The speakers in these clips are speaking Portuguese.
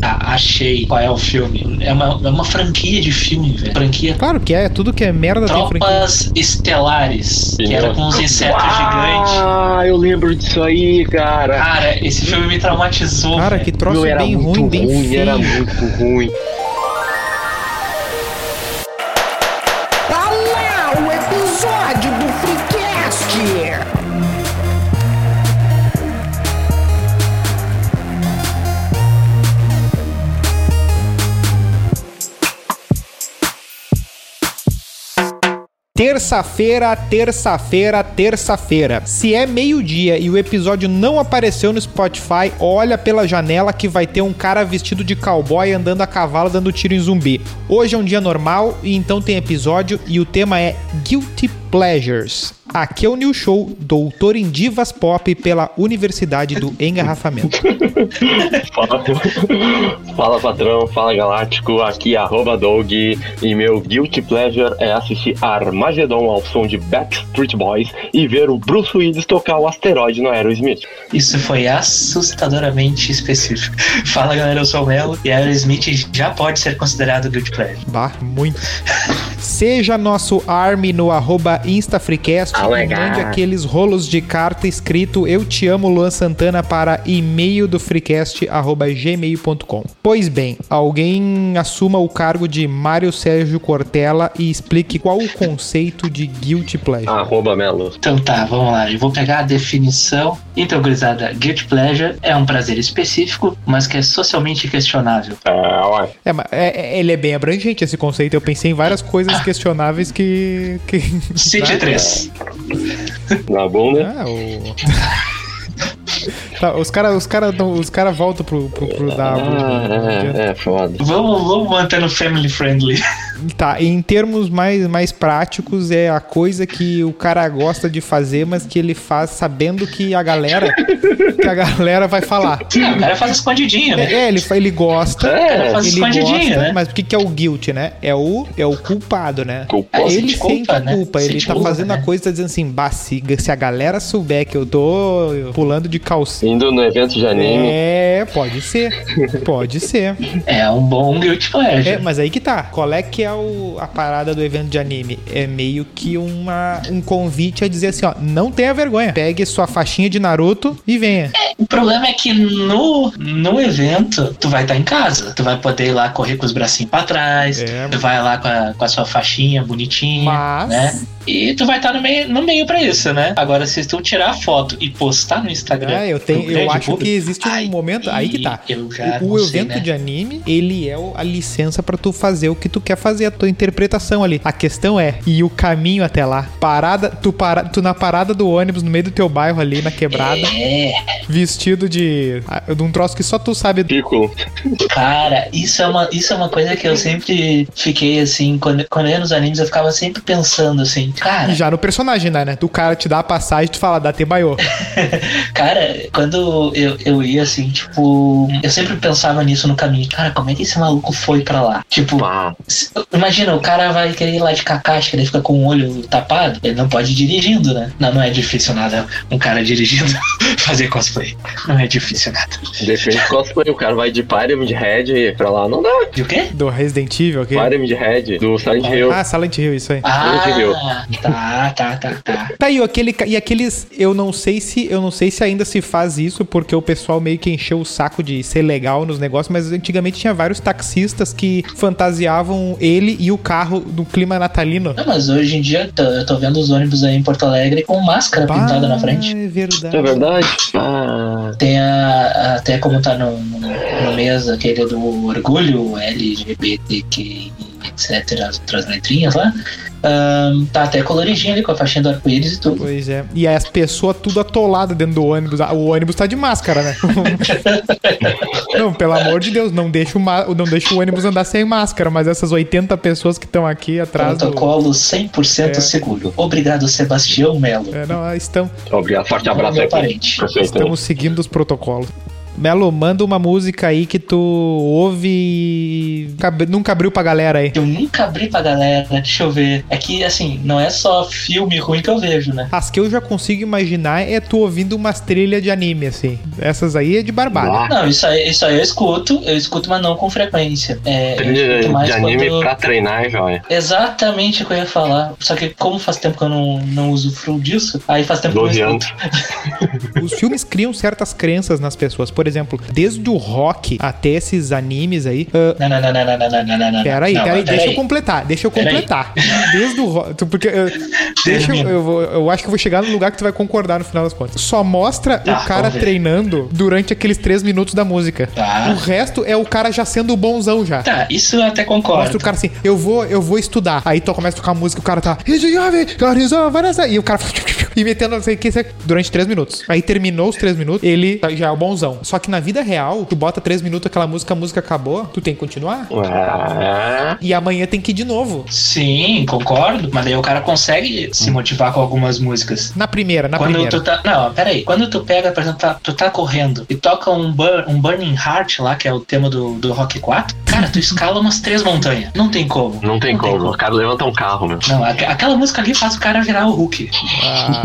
achei qual é o filme. É uma, é uma franquia de filme, velho. Franquia. Claro que é, tudo que é merda tem franquia. Tropas Estelares, que era com um os insetos gigantes. Ah, eu lembro disso aí, cara. Cara, esse filme me traumatizou. Cara, velho. que troço Meu, era bem muito ruim, bem feio. era muito ruim. Tá lá o episódio do Freecast! Terça-feira, terça-feira, terça-feira. Se é meio-dia e o episódio não apareceu no Spotify, olha pela janela que vai ter um cara vestido de cowboy andando a cavalo dando tiro em zumbi. Hoje é um dia normal e então tem episódio e o tema é Guilty Pleasures. Aqui é o New Show, doutor em divas pop pela Universidade do Engarrafamento. Fala, fala patrão, fala galáctico, aqui arroba Doug e meu guilty pleasure é assistir Armageddon ao som de Backstreet Boys e ver o Bruce Willis tocar o asteroide no Aerosmith. Isso foi assustadoramente específico. Fala galera, eu sou o Melo e Aerosmith já pode ser considerado Guilty Pleasure. Bah, muito. Seja nosso Army no arroba InstaFreecast e Alega. mande aqueles rolos de carta escrito Eu te amo Luan Santana para e-mail do freecast arroba gmail.com. Pois bem, alguém assuma o cargo de Mário Sérgio Cortella e explique qual o conceito de Guilty Pleasure. Arroba Melo. Então tá, vamos lá. Eu vou pegar a definição. Então, gurizada, Guilty Pleasure é um prazer específico, mas que é socialmente questionável. Ah, ué. É, mas é- é- ele é bem abrangente esse conceito, eu pensei em várias coisas questionáveis que... que City 3. Na bunda. Ah, o... Tá, os caras os cara, não- os cara voltam pro, pro, pro da Apple, né? Não adianta. Ah, é, é foda. Vamos, vamos mantendo family friendly. Tá, em termos mais, mais práticos, é a coisa que o cara gosta de fazer, mas que ele faz sabendo que a galera que a galera vai falar. Não, o cara faz escondidinho, É, né? é, ele, fa- ele gosta, É, Faz ele escondidinho, gosta, né? mas o que, que é o guilt, né? É o, é o culpado, né? culpa. Ele ele sente culpa, sente a né? culpa, ele Sente tá culpa, fazendo a né? coisa, tá dizendo assim, "Bah, se se a galera souber que eu tô pulando de calcinha. Indo no evento de anime. É, pode ser, pode ser. É um bom Guilty Pleasure. É, mas aí que tá. Qual é que é o- a parada do evento de anime? É meio que uma, um convite a dizer assim, ó, não tenha vergonha. Pegue sua faixinha de Naruto e venha. O problema é que no, no evento, tu vai estar em casa. Tu vai poder ir lá correr com os bracinhos pra trás. É. Tu vai lá com a, com a sua faixinha bonitinha. Mas- Né? E tu vai estar no meio, no meio pra isso, né? Agora, se tu tirar a foto e postar no Instagram. Ah, eu pro tenho, eu grande acho que público, existe um aí momento. Aí que tá. eu já O, não o sei, evento né? de anime, ele é o- a licença pra tu fazer o que tu quer fazer, a tua interpretação ali. A questão é, e o caminho até lá? Parada, tu, para, tu na parada do ônibus, no meio do teu bairro ali, na quebrada, É, vestido de, ah, de um troço que só tu sabe Piccolo. cara, isso é, uma, isso é uma coisa que eu sempre fiquei assim, quando, quando eu ia nos animes, eu ficava sempre pensando assim, cara, E já no personagem, né? né? Do cara te dá a passagem, tu fala, dá tebaiô. Cara, quando eu, eu ia assim, tipo, eu sempre pensava nisso no caminho. Cara, como é que esse maluco foi pra lá? Tipo, Ah, se- imagina, o cara vai querer ir lá de cacaxi, ele fica com o olho tapado, ele não pode ir dirigindo, né? Não, não é difícil nada um cara dirigindo fazer cosplay. Não é difícil nada. depende do cosplay. O cara vai de Pyramid Head e pra lá. Não dá. De o quê? Do Resident Evil, ok? Pyramid Head do Silent Hill. Ah, Silent Hill, isso aí. Ah, Onde viu? tá, tá, tá, tá. Tá aí, aquele, ca- e aqueles. Eu não sei se. Eu não sei se ainda se faz isso, porque o pessoal meio que encheu o saco de ser legal nos negócios, mas antigamente tinha vários taxistas que fantasiavam ele e o carro do clima natalino. Não, mas hoje em dia eu tô- eu tô vendo os ônibus aí em Porto Alegre com máscara pintada na frente. É verdade. É verdade? Ah, Tem a, até como tá no, no, no mês aquele do orgulho LGBTQ, etc, as outras letrinhas lá, ahn, tá até coloridinho ali com a faixinha do arco-íris e tudo. Pois é. E aí as pessoas tudo atoladas dentro do ônibus. Ah, O ônibus tá de máscara, né? não, pelo amor de Deus, não deixa, o ma- não deixa o ônibus andar sem máscara, mas essas 80 pessoas que estão aqui atrás Então, do... Protocolo 100% É. seguro. Obrigado, Sebastião Melo. É, não, estão, É. obrigado. Forte abraço meu aí. parente. Prefeito. estamos seguindo os protocolos. Melo, manda uma música aí que tu ouve e cabe- nunca abriu pra galera aí. Eu nunca abri pra galera, deixa eu ver. É que, assim, não é só filme ruim que eu vejo, né? As que eu já consigo imaginar é tu ouvindo umas trilhas de anime, assim. Essas aí é de barbada. Ah, Não, isso aí, isso aí eu escuto, eu escuto, mas não com frequência. É, eu trilha escuto mais de anime quando- pra treinar, é joia. Exatamente o que eu ia falar. Só que como faz tempo que eu não, não usufruo disso, aí faz tempo que eu não 12 escuto. anos. Os filmes criam certas crenças nas pessoas. Por exemplo, desde o rock até esses animes aí. ah, Não, não, não, não, não, não, não, não, não, não. Peraí, não, peraí, mas deixa eu peraí. completar, deixa eu Peraí. completar. Desde o rock. tu- Porque eu, deixa eu, Termina. eu, vou- eu acho que eu vou chegar no lugar que tu vai concordar no final das contas. Só mostra Tá, o cara vamos ver. treinando durante aqueles três minutos da música. Tá. O resto é o cara já sendo bonzão já. Tá, isso eu até Mostra concordo. o cara assim, eu vou, eu vou estudar. Aí tu começa a tocar a música, o cara tá. E o cara. E metendo não sei o que sei o que, durante três minutos. Aí terminou os três minutos, ele tá- já é o bonzão. Só que na vida real, tu bota três minutos aquela música, a música acabou, tu tem que continuar. Ah, E amanhã tem que ir de novo. Sim, concordo. Mas daí o cara consegue se motivar com algumas músicas. Na primeira, Hum. na Quando primeira. tu tá. Não, peraí. Quando tu pega, por exemplo, tá- tu tá correndo e toca um, Bur- um Burning Heart lá, que é o tema do, do Rock 4, cara, tu escala umas três montanhas. Não tem como. não tem como. O cara levanta um carro, meu. Não, aque- aquela música ali faz o cara virar o Hulk. Ah,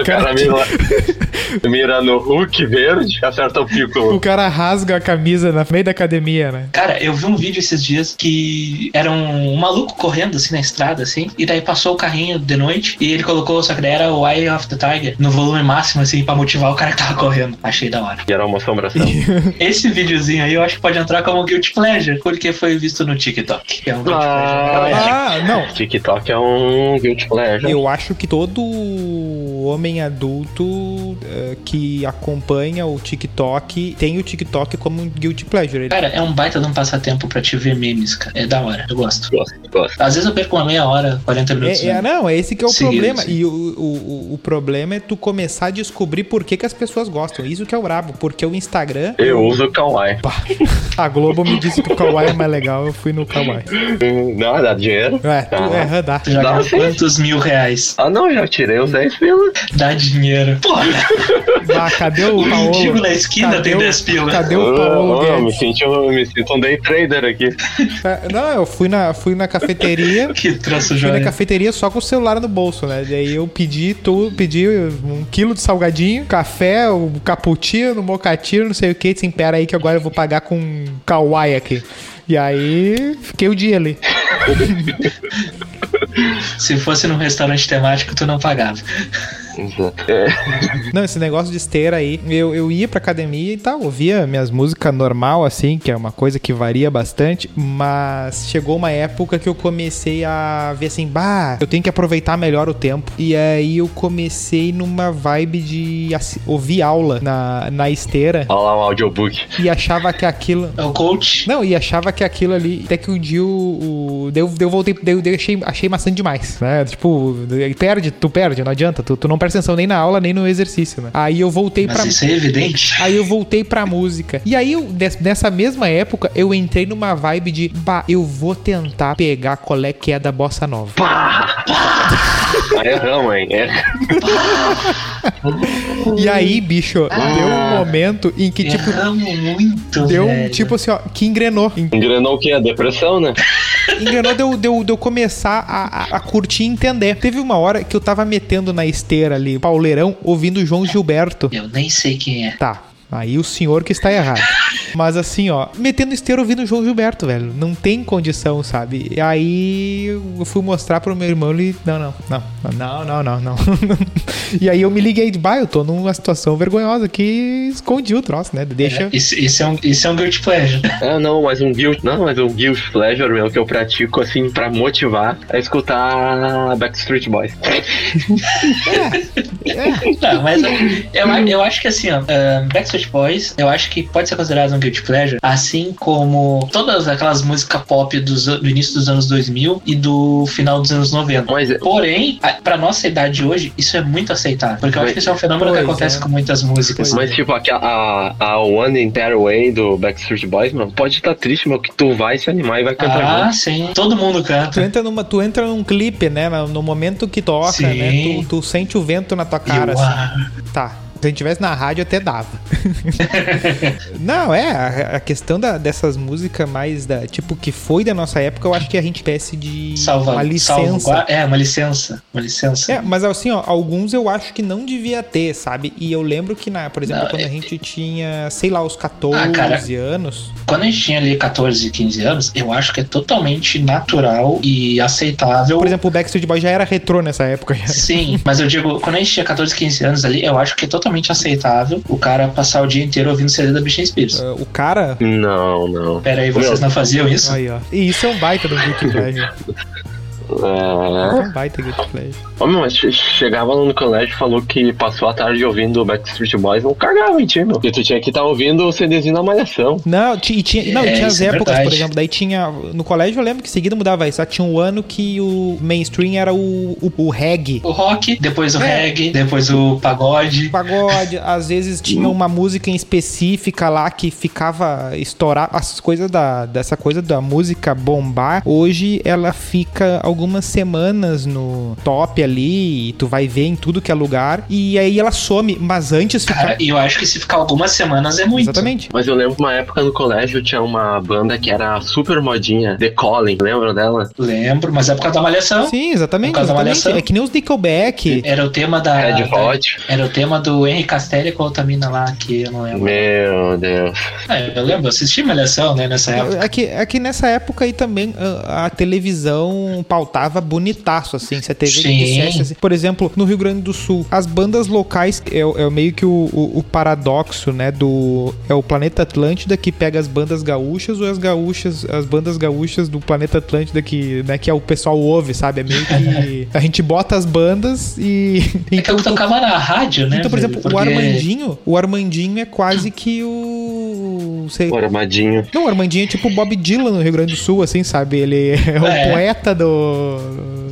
O cara mira, mira no Hulk verde, acerta o o pico. cara rasga a camisa na meio da academia, né? Cara, eu vi um vídeo esses dias que era um, um maluco correndo assim na estrada, assim, e daí passou o carrinho de noite e ele colocou, só que daí era o Eye of the Tiger no volume máximo, assim, pra motivar o cara que tava correndo. Achei da hora. Gerar uma assombração. Esse videozinho aí eu acho que pode entrar como Guilty Pleasure, porque foi visto no TikTok. que É um Guilty Pleasure. Ah, Ah, não. TikTok é um guilty É pleasure. Eu acho que todo homem adulto eh, que acompanha o TikTok tem o TikTok como um guilty pleasure. Ele- Cara, é um baita de um passatempo pra te ver memes, cara. É da hora, eu gosto. Gosto, gosto. Às vezes eu perco uma meia hora, 40 minutos. É, é, vendo. não, é esse que é o né? Sim, problema. sim. E o, o, o- o problema é tu começar a descobrir por que, que as pessoas gostam. Isso que é o brabo, porque o Instagram. É. Eu uso o Kawaii. Pá, a Globo me disse que o Kawaii é mais legal, eu fui no Kawaii. Hum, Não, dá dinheiro. É, tu Tá. Ah. é, dá. Tu já Dá ganhou sim. quantos mil reais? Ah não, já tirei os 10 pila. Dá dinheiro. Porra, Dá, Ah, cadê o o Paolo? mendigo na esquina Cadê tem o- 10 pila. Cadê Eu, o Paolo me, Guedes? sinto, eu me sinto um day trader aqui. É, Não, eu fui na, fui na cafeteria. Que troço Fui na joia. cafeteria só com o celular no bolso, né? Daí eu pedi tudo, pedi um quilo de salgadinho, café, o cappuccino, mocatino, não sei o que. Disse, pera aí que agora eu vou pagar com um kawaii aqui. E aí, fiquei o dia ali. Se fosse num restaurante temático, tu não pagava. É, Não, esse negócio de esteira aí, eu, eu ia pra academia e tal, ouvia minhas músicas normal, assim, que é uma coisa que varia bastante, mas chegou uma época que eu comecei a ver assim, bah, eu tenho que aproveitar melhor o tempo. E aí eu comecei numa vibe de assi- ouvir aula na, na esteira Olha lá um audiobook. e achava que aquilo. É o coach. Não, e achava que aquilo ali. Até que um dia o. o daí eu, daí eu voltei. daí eu daí eu achei, achei maçante demais, né? Tipo, daí perde, tu perde, não adianta. Tu, tu não presta atenção nem na aula, nem no exercício, né? Aí eu voltei Mas pra. isso é evidente. Aí eu voltei pra música. E aí, eu, des- nessa mesma época, eu entrei numa vibe de, bah, eu vou tentar pegar qual é que é da bossa nova. Aí erramos, hein? É. E aí, bicho, deu um momento em que, tipo, Erramos muito, deu um, velho. tipo assim, ó, que engrenou. Engrenou o quê? A depressão, né? Enganou de eu, de eu- de eu começar a, a- a curtir e entender. Teve uma hora que eu tava metendo na esteira ali, pauleirão, ouvindo João Gilberto. Eu nem sei quem é. Tá. Aí o senhor que está errado. Mas assim, ó, metendo esteira ouvindo o João Gilberto, velho. Não tem condição, sabe? E aí eu fui mostrar pro meu irmão ele. Não, não, não, não, não, não, não. e aí eu me liguei de bah, eu tô numa situação vergonhosa que escondi o troço, né? Deixa. Isso, isso é um, isso é um guilty pleasure. Ah, não, mas um guilt, não, mas um guilt pleasure meu que eu pratico assim pra motivar a escutar Backstreet Boys. É, Não, mas eu, eu acho que assim, ó, ah, Backstreet Boys, eu acho que pode ser considerado um guilty pleasure, assim como todas aquelas músicas pop dos, an- do início dos anos 2000 e do final dos anos 90. Mas Porém, a- pra nossa idade hoje, isso é muito aceitável. Porque eu acho que isso é um fenômeno Pois que acontece é. com muitas músicas. Mas, tipo, aqui, a, a, a One Entire Way do Backstreet Boys, mano, pode estar triste, meu, que tu vai se animar e vai cantar Ah, junto. sim. Todo mundo tu canta. entra, numa, tu entra num clipe, né? No no momento que toca, Sim. né? Tu, tu sente o vento na tua cara, You assim. are Tá. Se a gente tivesse na rádio, até dava. Não, é, a, a questão da- dessas músicas mais da. Tipo, que foi da nossa época, eu acho que a gente peça de Salva, uma licença. salva- é, uma licença. Uma licença. É, mas assim, ó, alguns eu acho que não devia ter, sabe? E eu lembro que, na, por exemplo, Não, quando a é- gente tinha, sei lá, os 14 Ah, cara. anos. Quando a gente tinha ali 14, 15 anos, eu acho que é totalmente natural e aceitável. Por exemplo, o Backstreet Boy já era retrô nessa época. já. Sim, mas eu digo, quando a gente tinha 14, 15 anos ali, eu acho que é totalmente aceitável o cara passar o dia inteiro ouvindo CD da Britney Spears. Ah, o cara. Não, não. Pera aí, vocês Meu. não faziam isso? Aí, ó. E isso é um baita do Guilty Pleasure. É... É um baita Guilty Pleasure. Ô, meu, mas che- chegava lá no colégio e falou que passou a tarde ouvindo Backstreet Boys, não cagava em ti, meu. E tu tinha que estar ouvindo o CDzinho da Malhação. Não, ti- e tinha, não, e É, tinha as isso é épocas, por verdade. exemplo. Daí tinha. No colégio eu lembro que em seguida mudava isso. Ah, Tinha um ano que o mainstream era o, o, o reggae. O rock, depois o É. reggae, depois o pagode. pagode, às vezes tinha uma música em específica lá que ficava estourar as coisas da dessa coisa da música bombar. Hoje ela fica algumas semanas no top ali, e tu vai ver em tudo que é lugar e aí ela some, mas antes Cara, ficava e eu acho que se ficar algumas semanas é muito. Exatamente. Mas eu lembro uma época no colégio tinha uma banda que era super modinha, The Calling, lembra dela? Lembro, mas é por causa da malhação. Sim, Por exatamente. causa da exatamente. malhação. É que nem os Nickelback. Era o tema da. Red da- Hot. Era o tema do Henry Castelli com a Otamina lá, que eu não lembro. Meu Deus. Ah, eu lembro, eu assisti Malhação, né, nessa época. É que, é que nessa época aí também ah, a, a televisão pautava bonitaço, assim. Se a TV Sim. dissesse, assim, por exemplo, no Rio Grande do Sul, as bandas locais é, o- é o meio que o, o- o paradoxo, né? Do é o planeta Atlântida que pega as bandas gaúchas ou as gaúchas, as bandas gaúchas do planeta Atlântida que, né, que é o pessoal ouve, sabe? É meio que a gente bota as bandas e É que eu tocava na rádio, né? então, por velho? exemplo, o Porque- Armandinho, o Armandinho é quase que o sei, O Armadinho. não, o Armandinho é tipo o Bob Dylan no Rio Grande do Sul, assim, sabe? Ele é o É. poeta do.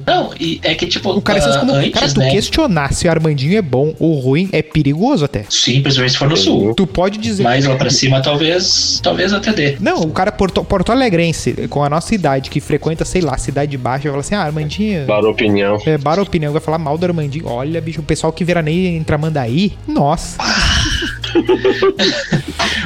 Não, e é que, tipo, O cara, ah, uh, como, antes, cara, tu né? questionar se o Armandinho é bom ou ruim é perigoso até. Sim, principalmente se for no sul. Tu pode dizer. Mais lá pra cima, talvez, talvez até dê. Não, o cara porto, porto alegrense, com a nossa idade, que frequenta, sei lá, Cidade Baixa, vai falar assim: ah, Armandinho. Para opinião. É, bar opinião, vai falar mal do Armandinho. Olha, bicho, o pessoal que veraneia em Tramandaí, nossa.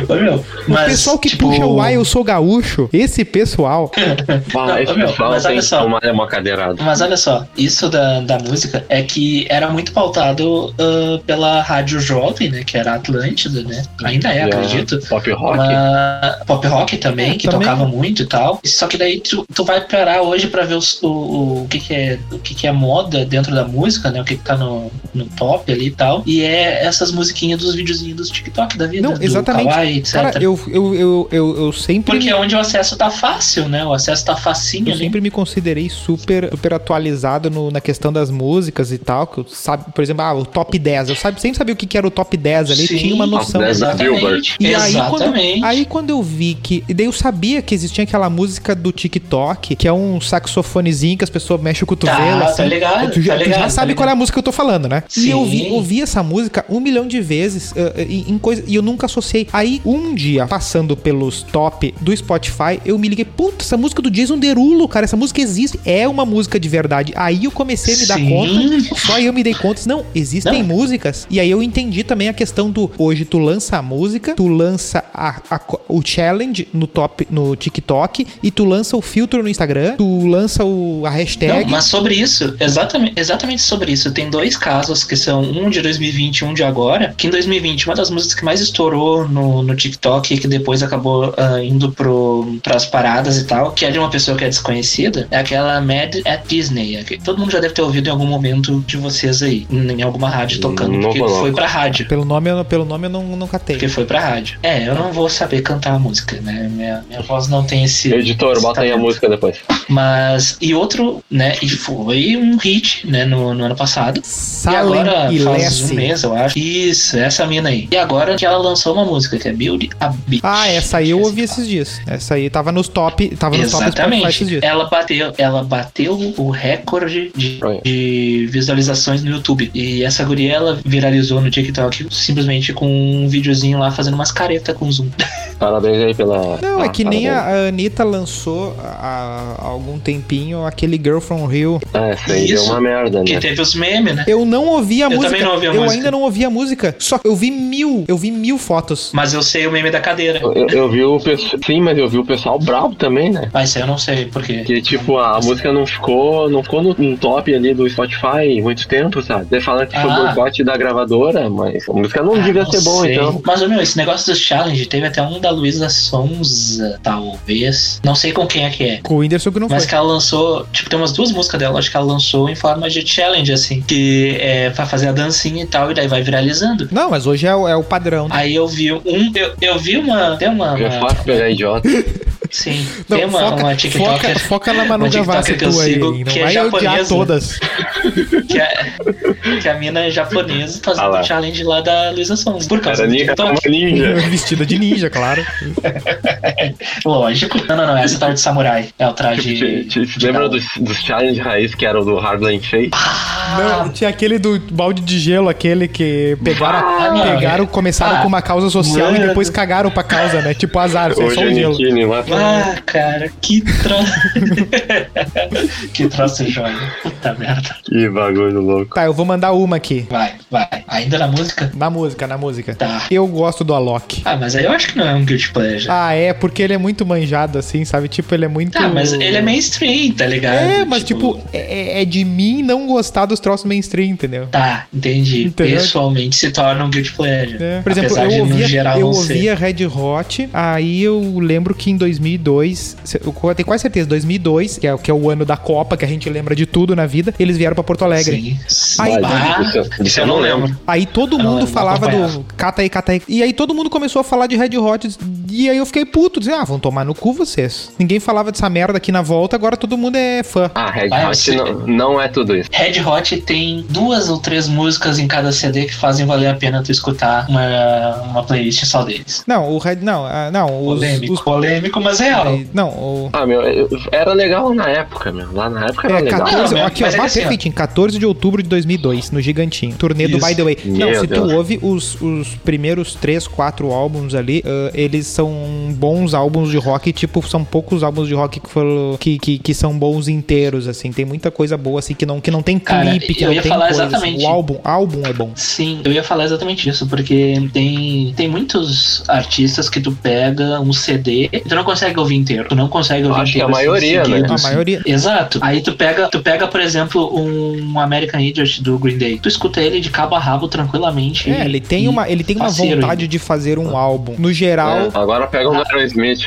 Ô, meu, o mas, pessoal que tipo, puxa o ai, eu sou gaúcho, esse pessoal. Não, Ah, esse meu, pessoal mas tem olha que só. tomar uma é cadeirada. Mas olha só, isso da, da música é que era muito pautado ah, pela rádio jovem, né? Que era a Atlântida, né? Ainda é, E a acredito. Pop rock. Uma- pop rock também, É, que também. tocava muito e tal. Só que daí tu, tu vai parar hoje pra ver os- o, o, o que, que é, o que, que é moda dentro da música, né? O que, que tá no, no pop ali e tal. E é essas musiquinhas dos videozinhos dos TikTok da vida. Não, do exatamente. Kawaii, etc. Cara, eu, eu, eu, eu, eu sempre. Porque é onde o acesso tá fácil, né? O acesso tá facinho Eu ali. sempre me considerei super, super atualizado no- na questão das músicas e tal. Que eu sabe, por exemplo, ah, o top 10. Eu sabe, sempre sabia o que, que era o top 10 ali, Sim. é tinha uma noção. Top 10 da Exatamente. Billboard. E aí quando, exatamente. aí quando eu vi que. E daí eu sabia que existia aquela música do TikTok, que é um saxofonezinho que as pessoas mexem o cotovelo. Tá, assim. tá ligado, Tu já, tá tu ligado, já tá sabe ligado. qual é a música que eu tô falando, né? E Sim. eu vi, ouvi essa música um milhão de vezes eh, eh, em, em coisa, e eu nunca associei. Aí, um dia, passando pelos top do Spotify, eu me liguei, puta, essa música do Jason Derulo, cara, essa música existe. É uma música de verdade. Aí eu comecei a me dar Sim. conta, só aí eu me dei conta, disse, não, existem músicas. E aí eu entendi também a questão do, hoje tu lança a música, tu lança a- a co- o challenge no top, no TikTok, e tu lança o filtro no Instagram, tu lança o, a Não, hashtag. mas sobre isso, exatamente, exatamente sobre isso. Tem dois casos que são um de 2020 e um de agora. Que em 2020, uma das músicas que mais estourou no, no TikTok e que depois acabou ah, indo pro, pras paradas e tal, que é de uma pessoa que é desconhecida, é aquela Mad at Disney. é que todo mundo já deve ter ouvido em algum momento de vocês aí, em em alguma rádio tocando, Não porque vou não. foi pra rádio. Pelo nome, eu, pelo nome eu não, não catei. Porque foi pra rádio. É, eu não vou saber cantar a música, né? Minha, minha voz não tem esse. Editor, esse bota aí a talento. música depois. Mas, e outro, né, e foi um hit, né, no, no ano passado. E agora Salem e, faz um Lessie. mês, eu acho. Isso, essa mina aí. E agora que ela lançou uma música, que é Build a Beat. Ah, essa aí eu ouvi esses dias. Essa aí tava nos top, tava nos top do Spotify esses Exatamente. dias. Ela bateu, ela bateu o recorde de, Olha. de visualizações no YouTube. E essa guria, ela viralizou no TikTok simplesmente com um videozinho lá fazendo umas caretas com zoom. Parabéns aí pela. Não, Ah, é que nem a, parabéns. a Anitta lançou há há algum tempinho aquele Girl From Rio. É, isso aí deu Isso. uma merda, Que né? teve os memes, né? Eu não ouvi a Eu música. também não ouvi a eu música. ainda não ouvi a música. Só que eu vi mil. Eu vi mil fotos. Mas eu sei o meme da cadeira. Eu, eu vi o pessoal. Sim, mas eu vi o pessoal bravo também, né? Mas Ah, eu não sei por quê. Que tipo, a música não ficou, não ficou no, no top ali do Spotify muito tempo, sabe? Daí falaram que foi Ah. boicote da gravadora, mas a música não devia ser boa, sei. então. Mas, meu, esse negócio dos challenge teve até um da Luísa Sonza, talvez. Não sei com quem é que é. Com o Whindersson que não Mas foi. que ela lançou, tipo, tem umas duas músicas dela, acho que ela lançou em forma de challenge, assim, que é pra fazer a dancinha e tal, e daí vai viralizando. Não, mas hoje é, o- é o padrão. né? Aí eu vi um, eu, eu vi uma, tem uma, É uma- fácil pegar idiota. sim, Não, tem uma, uma TikToker foca, foca na Manu uma TikToker Gavassi que eu tua aí. sigo, Não que é vai odiar japonesa. todas. que, é, que a mina é japonesa Ah fazendo lá. o challenge lá da Luísa Sonza, por causa Então, Era do ni- era TikTok. É. uma ninja. Vestida de ninja, claro. Lógico. Não, não, não, essa é o traje de samurai, é o traje... Te, te- te de lembra galo. dos, dos challenge raiz que era o do Hardline Face? Então. Ah, Não, tinha aquele do balde de gelo, aquele que Ah, pegaram, não, pegaram começaram Ah, com uma causa social e mano. depois cagaram pra causa, né? Tipo azar, isso é Hoje só é né? o gelo. Nikini lá. Ah, cara, que troço. que troço joia. Puta merda. Que bagulho louco. Tá, eu vou mandar uma aqui. Vai, vai. Ainda na música? Na música, na música. Tá. Eu gosto do Alok. Ah, mas aí eu acho que não é um Guilty Pleasure. Ah, é, porque ele é muito manjado, assim, sabe? Tipo, ele é muito. Tá, mas ele é mainstream, tá ligado? É, mas tipo, é, é de mim não gostar dos troços mainstream, entendeu? Tá, entendi. Entendeu? Pessoalmente se torna um Guilty Pleasure. É. Por exemplo, Apesar de eu no ouvia, geral eu não ser. ouvia Red Hot, aí eu lembro que em 2002, se- eu tenho quase certeza, 2002, que é, o- que é o ano da Copa, que a gente lembra de tudo na vida, eles vieram pra Porto Alegre. Sim. Aí- Ah, Isso eu- isso eu não lembro. Aí todo Eu não mundo lembro, falava não do cata aí, cata aí. E aí todo mundo começou a falar de Red Hot. E aí eu fiquei puto, dizendo, ah, vão tomar no cu vocês. Ninguém falava dessa merda aqui na volta, agora todo mundo é fã. Ah, Red Ah, eu Hot sei. não, não é tudo isso. Red Hot tem duas ou três músicas em cada CD que fazem valer a pena tu escutar uma, uma playlist só deles. Não, o Red. Não, ah, não, os. Polêmico, os- polêmico, mas é real. não, o. Ah, meu, eu- era legal na época, meu. Lá na época era É, legal. 14, Não, aqui, ó, mas é bate assim, ó. perfeitinho, 14 de outubro de 2002, no Gigantinho. Turnê do Isso. By The Way. não, Meu se Deus. tu ouve os, os primeiros 3, 4 álbuns ali, ah, eles são bons álbuns de rock, tipo, são poucos álbuns de rock que, foram, que, que, que são bons inteiros, assim. Tem muita coisa boa, assim, que não, que não tem Cara, clipe, que eu não ia tem falar coisa. assim. exatamente. O álbum, álbum é bom. Sim, eu ia falar exatamente isso, porque tem, tem muitos artistas que tu pega um CD e tu não consegue ouvir inteiro. Tu não consegue ouvir Acho que inteiro. a maioria, né? seguido, A maioria. Exato. Aí tu pega, tu pega, por exemplo, um American Idiot do Green Day. Tu escuta ele de cabo a rabo tranquilamente. É, ele tem E- uma, ele tem uma parceiro, vontade de fazer um álbum. No geral, É, agora pega um Aerosmith.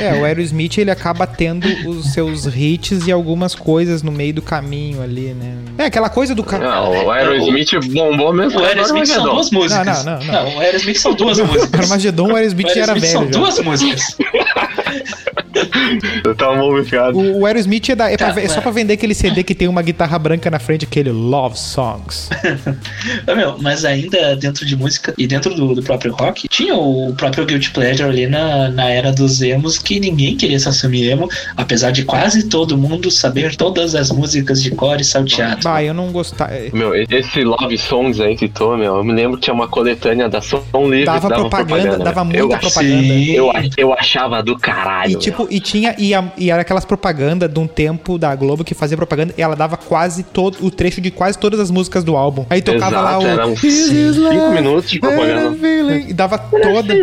É, o Aerosmith ele acaba tendo os seus hits e algumas coisas no meio do caminho ali, né? É, aquela coisa do cara. Ah, o Aerosmith bombou mesmo. O né? Aerosmith agora é Armagedon. são duas músicas. Não, não, não, o Aerosmith são duas músicas. Armagedon, o Aerosmith, O Aerosmith era velho. são já. duas músicas. Eu tava momificado. O, o Aerosmith é, da- é pra- Tá, é só mas- pra vender aquele CD que tem uma guitarra branca na frente, aquele Love Songs. Ô, É, meu, mas ainda dentro de música e dentro do, do próprio rock, tinha o próprio Guilty Pleasure ali na, na era dos emos que ninguém queria se assumir emo, apesar de quase todo mundo saber todas as músicas de cor e salteado. Bah, eu não gostava. é, Meu, esse Love Songs aí que tu, meu, eu me lembro que tinha uma coletânea da Som Livre. Dava propaganda, dava né? muita eu, propaganda. Sim. Eu, ach- eu achava do caralho. E tipo, e tinha, e, a- e era aquelas propaganda de um tempo da Globo que fazia propaganda e ela dava quase todo, o trecho de quase todas as músicas do álbum. Aí meu. tocava Exato, lá era o. uns 5 minutos É, de um propaganda. E dava toda,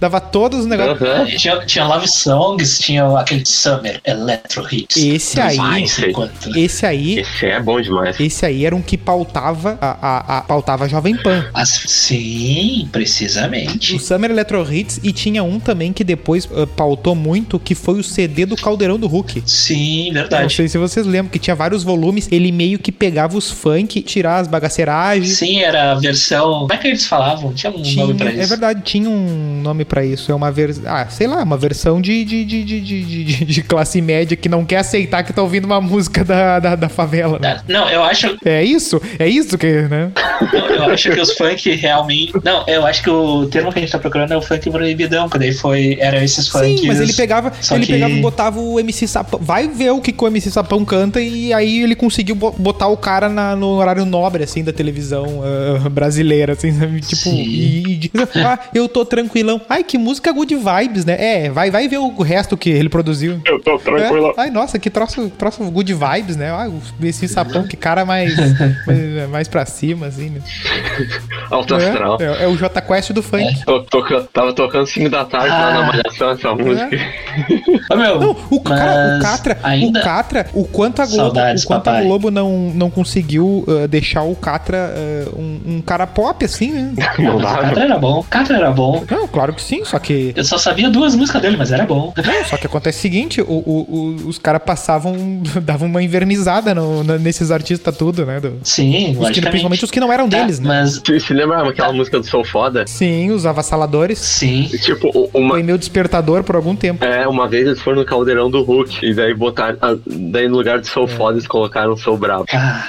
dava todos os negócios. Aham. Tinha, tinha Love Songs, tinha aquele Summer Electro Hits. Esse aí- Não sei quanto. Esse aí, Esse é bom demais. esse aí era um que pautava a, a, a- pautava a Jovem Pan. As- sim, precisamente. O Summer Electro Hits e tinha um também que depois ah, pautou muito, que foi o CD do Caldeirão do Hulk. Sim, Não verdade. sei se vocês lembram, que tinha vários volumes, ele meio que pegava os funk, tirava as bagaceiragens. Sim, era a versão. Como é que eles falavam? Tinha um Tinha, nome pra é isso. verdade, tinha um nome pra isso. É uma versão. Ah, sei lá, uma versão de, de, de, de, de, de- de classe média que não quer aceitar que tá ouvindo uma música da, da, da favela. né? Tá, Não, eu acho, É isso? É isso que, né? Não, eu acho que os funk realmente. Não, eu acho que o termo que a gente tá procurando é o funk proibidão, que daí foi. Eram esses funk. Sim, mas ele pegava, ele ele que- pegava e botava o MC Sapão. Vai ver o que, que o MC Sapão canta e aí ele conseguiu bo- botar o cara na- no horário nobre, assim, da televisão ah, brasileira, assim, sabe? Tipo, Sim. e, e- ah, eu tô tranquilão. Ai, que música good vibes, né? É, vai, vai ver o resto que ele produziu. Eu tô É. tranquilo. Ai, nossa, que troço, troço good vibes, né? Ai, o MC Sapão, que cara mais, mais, mais pra cima, assim, né? Alto astral. É, é, é o J Quest do funk. Tô- toca- tava tocando 5 da tarde lá na Ah. malhação É. essa música. Ô, meu, Não, o, cara, o mas Catra, ainda o Catra, o quanto a Globo, Saudades, o quanto a papai. Globo não, não conseguiu uh, deixar o Catra uh, um, um cara pop assim, né? Mas o Não dá, Catra era bom, o Catra era bom. Não, claro que sim, só que Eu só sabia duas músicas dele, mas era bom. só que acontece o seguinte, o, o- o- os caras passavam, davam uma invernizada no- na- nesses artistas tudo, né? do- Sim, os que, logicamente. principalmente os que não eram Tá, deles, né? Mas, Você se lembra aquela música do Sou Foda? Sim, os avassaladores. sim. Tipo, o- uma, Foi meu despertador por algum tempo. é, uma vez eles foram no caldeirão do Hulk e daí botaram. ah, Daí no lugar de É. Sou Foda eles colocaram Sou Bravo. Ah,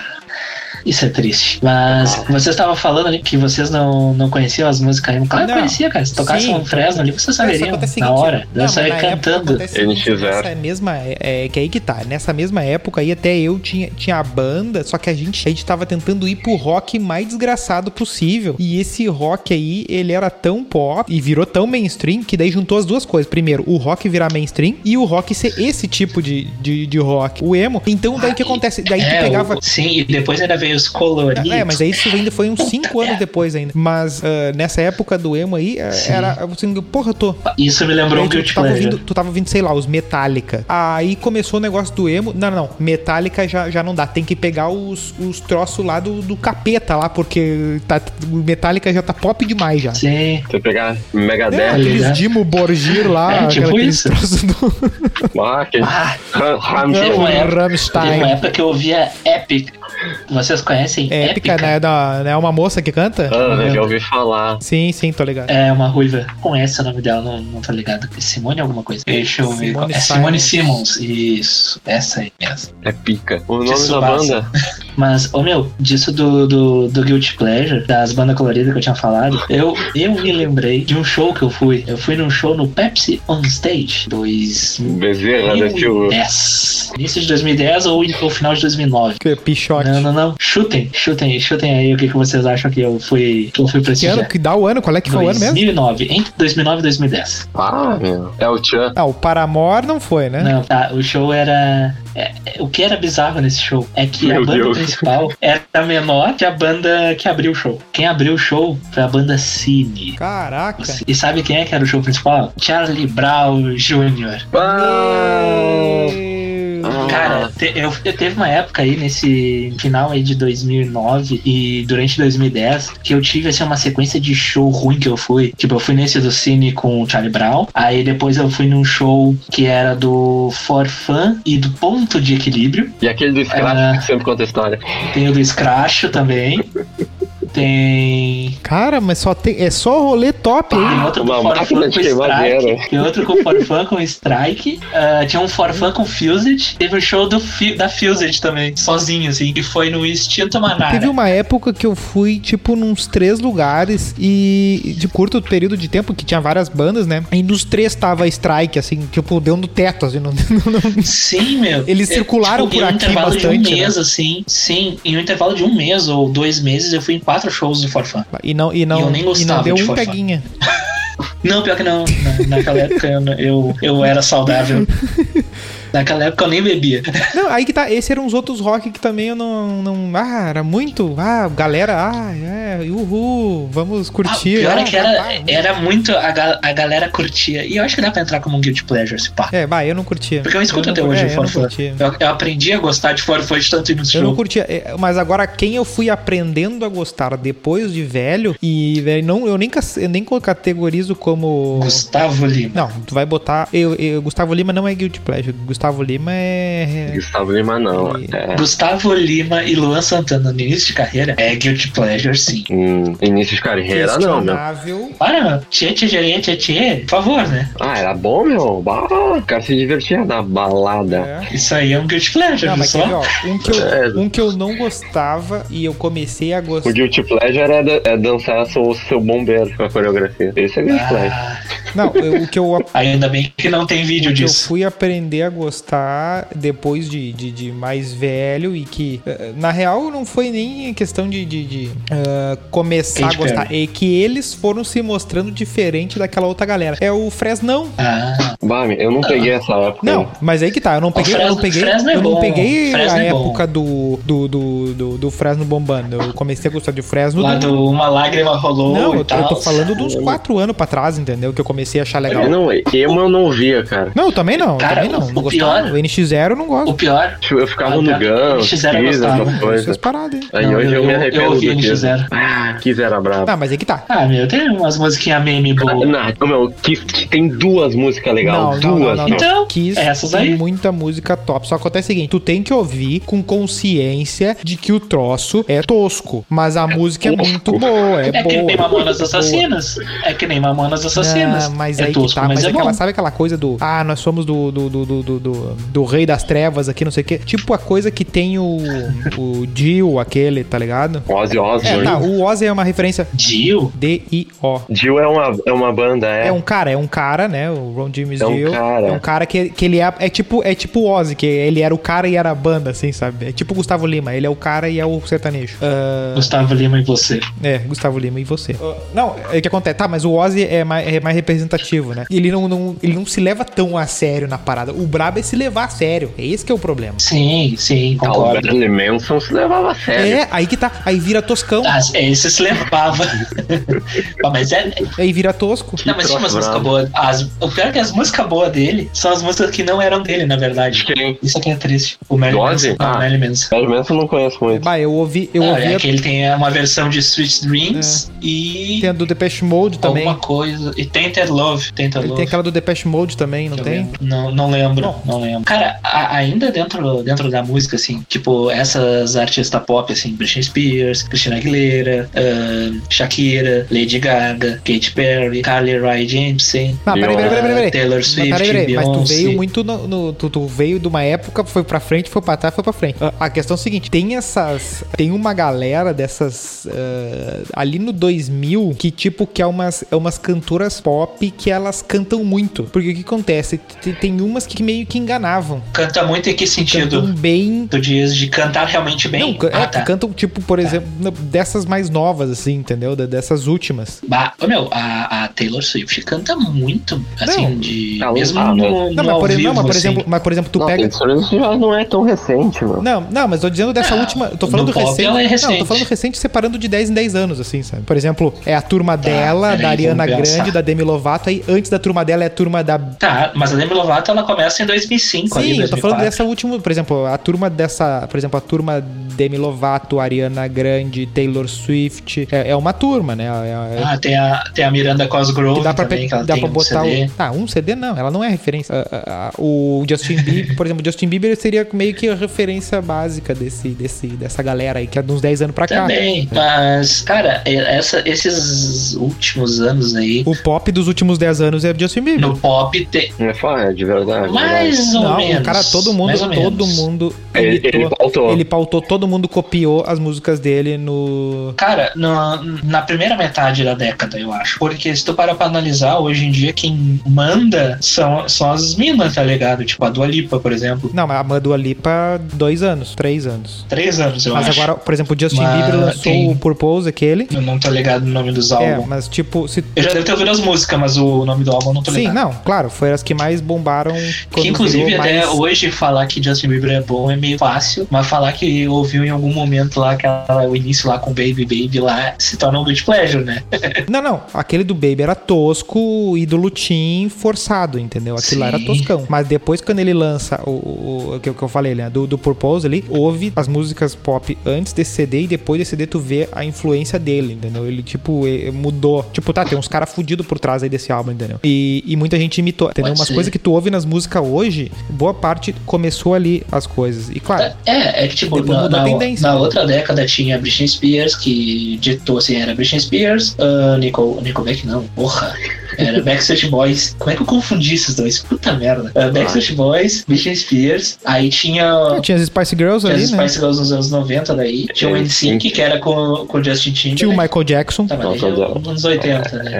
isso é triste. Mas Ah. vocês estavam falando ali que vocês não, não conheciam as músicas. Claro que Não. eu conhecia, cara. Se tocasse Sim. um Fresno ali, vocês Cara, só saberiam acontece o na seguinte, hora. não, eu mas na saía época cantando. acontece o seguinte, NX0. Nessa mesma, é, que aí que tá. Nessa mesma época aí até eu tinha, tinha a banda, só que a gente, a gente tava tentando ir pro rock mais desgraçado possível. E esse rock aí, ele era tão pop e virou tão mainstream que daí juntou as duas coisas. Primeiro, o rock virar mainstream e o rock ser esse tipo de, de, de rock, o emo. Então daí o que acontece? Daí tu É, pegava... o- sim, e depois ainda veio os coloridos. É, mas aí isso ainda foi uns 5 anos depois ainda. Mas ah, nessa época do emo aí, ah, Sim. era assim, porra, eu tô, Isso me Aí lembrou o tu, Guilty tu tava Pleasure. tá ouvindo, tu tava ouvindo, sei lá, os Metallica. Aí começou o negócio do emo. Não, não, não. Metallica já, já não dá. Tem que pegar os, os troços lá do, do capeta lá, porque tá, o Metallica já tá pop demais já. Sim. Você pegar É, Megadeth, né? aqueles Dimo Borgir lá, É, tipo aqueles isso. troços do ah, aquele- Ah, é. Ram- Teve Ramsey. uma do época- teve uma Rammstein. época que eu ouvia Epic. Vocês conhecem É épica, né? Da, né? Uma moça que canta? É. Ah, né, já ouvi falar. Sim, sim, tô ligado. É uma ruiva. Conhece o nome dela, não, não tá ligado. Simone alguma coisa. Deixa eu ver. Simone qual- é Simone Simons. Simmons. Isso, essa aí mesmo. É pica. O Que nome da subaça. banda? Mas, ô meu, disso do, do, do Guilty Pleasure, das bandas coloridas que eu tinha falado, eu, eu me lembrei de um show que eu fui. Eu fui num show no Pepsi On Stage Bezerra né, da Silva. 2010. Início de 2010 ou, ou final de 2009. Que é Pichote. Não, não, não. Chutem, chutem, chutem aí o que, que vocês acham que eu fui, que eu fui Que ano? prestigiar. Que dá o ano? Qual é que foi o ano mesmo? 2009, entre 2009 e 2010. Ah, meu. É o Chan. Ah, o Paramore não foi, né? Não, tá, o show era. é, é, o que era bizarro nesse show é que Meu a banda Deus. principal era menor que a banda que abriu o show. Quem abriu o show foi a banda Cine. Caraca. E sabe quem é que era o show principal? Charlie Brown Jr. Ah, Ah. Cara, te- eu, eu teve uma época aí nesse final aí de 2009 e durante 2010 que eu tive assim uma sequência de show ruim que eu fui. Tipo, eu fui nesse do Cine com o Charlie Brown, aí depois eu fui num show que era do For Fun e do Ponto de Equilíbrio. E aquele do Scratch Ah. que sempre conta a história. Tem o do Scratch também. Tem. Cara, mas só tem. É só rolê top, hein? Tem outro Uma com máquina Forfan de com queimadeira. Strike. Tem outro com Forfan com Strike. Ah, tinha um Forfan com Fused. Teve o show do Fi- da Fused também, sozinho, assim, que foi no Instinto Manara. Teve um- uma época que eu fui, tipo, nos três lugares e de curto período de tempo, que tinha várias bandas, né? E nos três tava strike, assim, tipo, deu no teto, assim. não- Sim, meu. Eles É, circularam tipo, por em um aqui intervalo bastante, né? de um mês, assim. Sim, em um intervalo de um mês ou dois meses, eu fui em quatro shows do Forfan. E não, e E não, eu nem e gostava não deu de um Forfã. peguinha. Não, pior que não. Na- naquela época eu, eu, eu era saudável. Naquela época eu nem bebia. Não, aí que tá. Esses eram os outros rock que também eu não. não ah, era muito. Ah, galera, ah, é, uhul, vamos Ah, curtir. pior ah, é que era, vai, vai. era muito. A, ga- a galera curtia. E eu acho que dá pra entrar como um Guilty Pleasure, se pá. É, bah, eu não curtia. Porque eu escuto não até cur- hoje é, o eu não Forfã. curtia. Eu, eu aprendi a gostar de Forfã de tanto ir no Eu não show. curtia, é, mas agora quem eu fui aprendendo a gostar depois de velho, e velho, não, eu nem, cas- eu nem co- categorizo como. Gustavo Lima. Não, tu vai botar. Eu, eu- Gustavo Lima não é Guilty Pleasure. Gustavo Lima é. Gustavo Lima não. É. Gustavo Lima e Luan Santana no início de carreira é Guilty Pleasure, sim. Hum, início de carreira não, meu. questionável. Para, meu. Tchê, tchê, tchê, tchê, tchê, por favor, né? Ah, era bom, meu. Bah, o cara se divertia na balada. É. Isso aí é um Guilty Pleasure, Não, viu mas quer ver, só. ó, um que, Né? É. eu, um que eu não gostava e eu comecei a O gostar. Guilty Pleasure é, da- é dançar seu, seu bombeiro com a coreografia. Esse é Guilty Pleasure. Ah, Não, eu- o que eu Ainda bem que não tem vídeo Eu disso. fui aprender a gostar depois de, de, de mais velho e que, eh, na real, não foi nem questão de, de- de, ah, começar a Katy gostar. É que eles foram se mostrando diferente daquela outra galera. É o Fresnão. Ah, Bah, eu não peguei essa época. Não, mas aí que tá. Eu não peguei, eu não Fresno- peguei, Fresno é eu não bom, peguei Fresno a é bom. época do, do, do, do, do Fresno bombando. Eu comecei a gostar de Fresno. lá do- do Uma Lágrima Rolou Não, e eu, tô- tal. eu tô falando de uns quatro anos pra trás, entendeu? Que eu comecei a achar legal. Eu não, emo eu não via, cara. Não, eu também não, eu Cara, também não. o Não gostava. pior- O NX0 eu não gosto. O pior... Tipo, Eu ficava Ah, no tá. Gun, Eles fiz fizeram gostar, essas né? coisas. Essas paradas, hein? Aí hoje eu, me arrependo eu ouvi do que- NX0. Ah, que era brabo. Não, mas aí que tá. Ah, meu, tem umas musiquinhas meme Não, boas. meu, que, que tem duas músicas legais. não, Duas. assim, não, não, não. meu. Então, Kiss essas tem aí. muita música top. Só acontece o seguinte, tu tem que ouvir com consciência de que o troço é tosco, mas a música é tosco. muito boa, é, É que boa. nem Mamonas boa. Assassinas. É que nem Mamonas Assassinas. Não, mas é aí tosco, que tá, mas, mas é aquela, bom. sabe aquela coisa do ah, nós somos do do, do, do, do, do- do rei das trevas aqui, não sei o quê. Tipo a coisa que tem o o Dio aquele, tá ligado? Ozzy É, Osbourne. tá, o Ozzy é uma referência Dio? D I O. Jill é uma, é uma banda, é. É um cara, é um cara, né? O Ron James É um Dio. cara. É um cara que, que ele é, é tipo é tipo o Ozzy, que ele era o cara e era a banda, assim, sabe? É tipo o Gustavo Lima, ele é o cara e é o sertanejo. Ah, Gustavo Lima e você. é, Gustavo Lima e você. Ah, não, é o que acontece. Tá, mas o Ozzy é mais, é mais representativo, né? Ele não, não- ele não se leva tão a sério na parada. O brabo é se levar a sério. É esse que é o problema. Sim, sim, Ah, o concordo. Marilyn Manson se levava a sério. É, aí que tá. Aí vira toscão. Ah, esse se levava. Pô, mas é. Aí vira tosco. Não, mas tinha umas troço músicas bravo. boas. As- o pior é que as músicas boas dele são as músicas que não eram dele, na verdade. Quem? Isso aqui é triste. O Marilyn Dose? Manson. não, Ah. o Marilyn Manson. Marilyn Manson eu não conheço muito. Bah, eu ouvi, eu Não, ouvi é a que ele tem uma versão de Sweet Dreams e. tem a do Depeche Mode também. alguma coisa. E Tainted Love. Tainted Ele Love. tem aquela do Depeche Mode também, não Eu tem? lembro. Não, não lembro, não lembro. Cara, a- ainda dentro, dentro da música, assim, tipo, essas artistas pop, assim, Britney Spears, Christina Aguilera, ahn, Shakira, Lady Gaga, Katy Perry, Carly Rae Jepsen, Não, peraí, peraí, peraí, peraí, peraí. Taylor Swift, mas, peraí, peraí, mas tu Beyoncé. veio muito no, no- tu, tu veio de uma época, foi pra frente, foi pra trás, foi pra frente. Ah. A- A questão é a seguinte, tem essas, tem uma galera dessas ah, ali no 2000 que tipo que é umas, é umas cantoras pop que elas cantam muito. Porque o que acontece? Tem, tem umas que meio que enganavam. Canta muito em que sentido? Cantam bem Tu diz de cantar realmente bem? não, can- ah, é, tá. cantam tipo, por exemplo, na- dessas mais novas, assim, entendeu? Da- Dessas últimas. Bah, ô, meu, a, a Taylor Swift canta muito, assim, de. Tá mesmo louca, né? no, Não, no mas ao por, vivo, não, mas por assim. exemplo, mas por exemplo, tu Nossa, pega. isso já não é tão recente, mano. Não, não, mas tô dizendo dessa Ah, última. Tô no falando pop recente. ela é Não, tô recente. falando recente separando de 10 em 10 anos, assim, sabe? Por exemplo, é a turma Tá, dela, peraí, da Ariana vamos pensar. Grande, da Demi Lovato, aí antes da turma dela é a turma da. Tá, mas a Demi Lovato ela começa em 2005 ali, Sim, eu tô 2004. falando dessa última, por exemplo, a turma dessa, por exemplo, a turma Demi Lovato, Ariana Grande, Taylor Swift, é, é uma turma, né? É- é- Ah, tem a, tem a Miranda Cosgrove que dá pra, também, pe- que ela dá tem pra Ah, um botar CD. o. Ah, um CD não, ela não é referência. Ah, ah, ah, o Justin Bieber, por exemplo, o Justin Bieber seria meio que a referência básica desse, desse, dessa galera aí, que é de uns 10 anos pra cá. Também, mas, cara, e- essa, esses últimos anos aí, O pop dos últimos 10 anos é o Justin Bieber. no pop, tem Não é fora, de verdade. mais ou Não, menos. o cara, todo mundo, mais ou todo menos. mundo É, Ele- ele pautou. ele pautou, todo mundo copiou as músicas dele no. Cara, na, na primeira metade da década, eu acho. Porque se tu parar pra analisar, hoje em dia quem manda são, são as minas, tá ligado? Tipo a Dua Lipa, por exemplo. Não, mas a Madua Lipa, dois anos, três anos. Três anos, eu Mas acho. agora, por exemplo, o Justin Mas Bieber lançou tem- Tá o Purpose, aquele. Eu não tô ligado no nome dos É, álbuns. mas tipo, se Eu já devo ter ouvido as músicas, mas o nome do álbum eu não tô Sim, ligado. não, claro, foi as que mais bombaram. quando Que inclusive virou até mais- hoje falar que Justin Bieber é bom é meio fácil, mas falar que ouviu em algum momento lá aquela, o início lá com Baby Baby lá se torna um good pleasure, né? Não, não, aquele do Baby era tosco e do Lutin forçado, entendeu? Aquilo lá era Sim. toscão. Mas depois, quando ele lança o, o, o que, o que eu falei, né? Do, do Purpose ali, houve as músicas pop antes desse CD e depois desse CD tu vê a influência dele, entendeu? Ele, tipo, eh, mudou. Tipo, tá, tem uns caras fudidos por trás aí desse álbum, entendeu? E, e muita gente imitou, entendeu? Pode Umas ser. coisas que tu ouve nas músicas hoje, boa parte começou ali as coisas. E claro, É, é que tipo, Depois na, mudou a na- tendência. né? na outra década tinha Britney Spears, que ditou assim, era Britney Spears, ah, Nicole, Nicole Beck não, porra. Era Backstreet Boys. Como é que eu confundi esses dois? Puta merda. Era Backstreet Boys, Britney Spears. Aí tinha. Ah, tinha as Spice Girls Tinha ali, as né? Spice Girls nos anos 90 daí. Tinha o É, NSYNC, que era com, com o Justin Timberlake. Tinha o Michael Jackson. Tá, mas aí Não, já é tô- nos anos 80, né?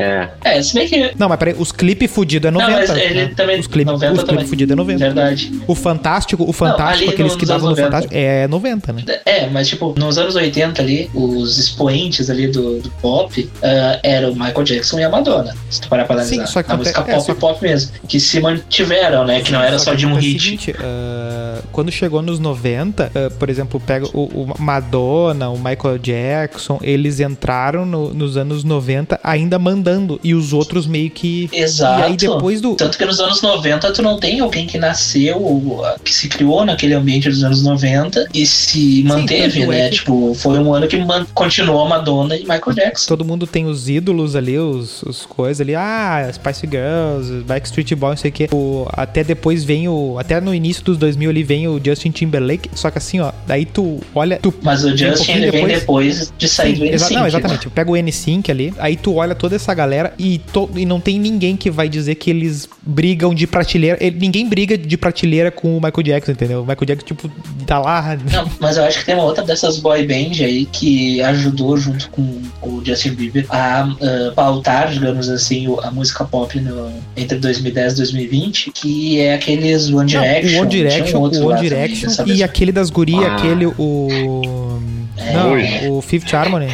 É. É, se bem que. Não, mas peraí, os clipes fudidos é Não, 90. mas né? ele também. Os clipes 90 clipe também. fudidos é 90. Verdade. O Fantástico, o Fantástico, ali aqueles no- que nos davam no anos 90. Fantástico, é 90, né? É, mas tipo, nos anos 80 ali, os expoentes ali do, do pop ah, eram o Michael Jackson e a Madonna. Se tu parar pra Sim, analisar. só que a aconte- música é, pop só- pop mesmo. Que se mantiveram, né? Que não era só que de um acontece o hit. seguinte, ah, quando chegou nos 90, ah, por exemplo, pega o, o Madonna, o Michael Jackson, eles entraram no- nos anos 90 ainda mandando, e os outros meio que... Exato. E aí depois do... Tanto que nos anos 90 tu não tem alguém que nasceu ou ah, que se criou naquele ambiente dos anos 90 e se manteve, tanto é né? que- Tipo, foi um ano que man- continuou a Madonna e Michael Jackson. Todo mundo tem os ídolos ali, os, os coisas ali. Ah, Spice Girls, Backstreet Boys, não sei o quê. O- até depois vem o... Até no início dos 2000 ali vem o Justin Timberlake. Só que assim, ó, daí tu olha... Tu Mas o Justin um pouquinho ele vem depois- depois de sair do Exa- NSYNC. Não, né? exatamente. Pega o N5 ali, aí tu olha toda essa galera e, to- e não tem ninguém que vai dizer que eles brigam de prateleira. Ele- Ninguém briga de prateleira com o Michael Jackson, entendeu? O Michael Jackson, tipo, tá lá. Não, mas eu acho que tem uma outra dessas boy band aí que ajudou junto com o Justin Bieber a ah, pautar, digamos assim, o- a música pop no- entre 2010 e 2020, que é aqueles One Direction. Não, o One Tinha um Direction, outro assim? o lá One também Direction dessa e mesma- aquele das gurias, Ah. aquele, o. Ui. Não, o Fifth Harmony.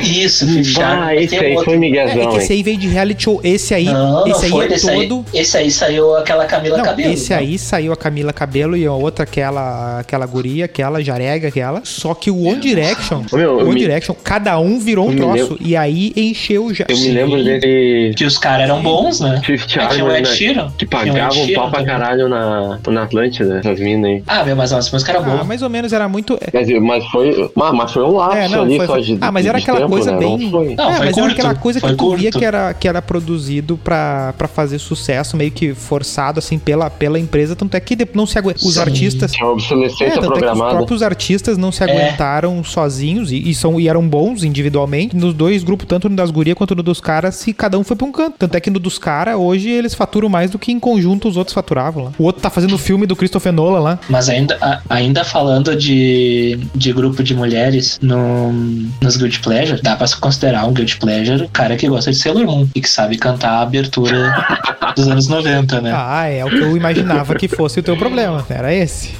Isso, fecharam. Ah, esse aí foi É, é Miguezão, que esse hein? aí veio de reality show. Esse aí, Não, não esse aí foi é desse todo. aí. Esse aí saiu aquela Camila Não, Cabelo. esse aí saiu a Camila Cabelo e a outra, aquela, aquela guria, aquela jarega, aquela. Só que o One Direction, Ô, meu, eu One me- Direction, cada um virou um eu me troço. E aí É encheu já. Eu me lembro dele né? Que os caras eram bons, né? Fifth um Aí tinha o Harmony, Ed né? Sheeran. que Tinha o Ed pagava um Sheeran pau pra também. caralho na, na Atlântida, essas minas aí. Ah, meu, mas nossa música era boa. Ah, mais ou menos era muito. é, Mas, mas foi. Mas, mas foi um lapso É, não, ali foi- só de. Ah, mas era de aquela tempo, coisa né? Não bem- foi. Não, é, foi mas curto. era aquela coisa que foi tu curto. via que era, que era produzido pra, pra fazer sucesso, meio que forçado, assim, pela, pela empresa. Tanto é que de- não se aguenta. Os Sim. artistas. Tinha obsolescência É, tanto é que os programada. próprios artistas não se aguentaram sozinhos e, e são, e eram bons individualmente. Nos dois grupos, tanto no das gurias quanto no dos caras, se cada um foi pra um canto. Tanto é que no dos caras, hoje, eles faturam mais do que em conjunto os outros faturavam lá. O outro tá fazendo o filme do Christopher Nolan lá. Mas ainda, a- ainda falando de, de grupo de mulheres no, nos Guilty Pleasure, dá pra se considerar um Guilty Pleasure o cara que gosta de Sailor Moon e que sabe cantar a abertura dos anos 90, né? Ah, é o que eu imaginava que fosse o teu problema. Era esse.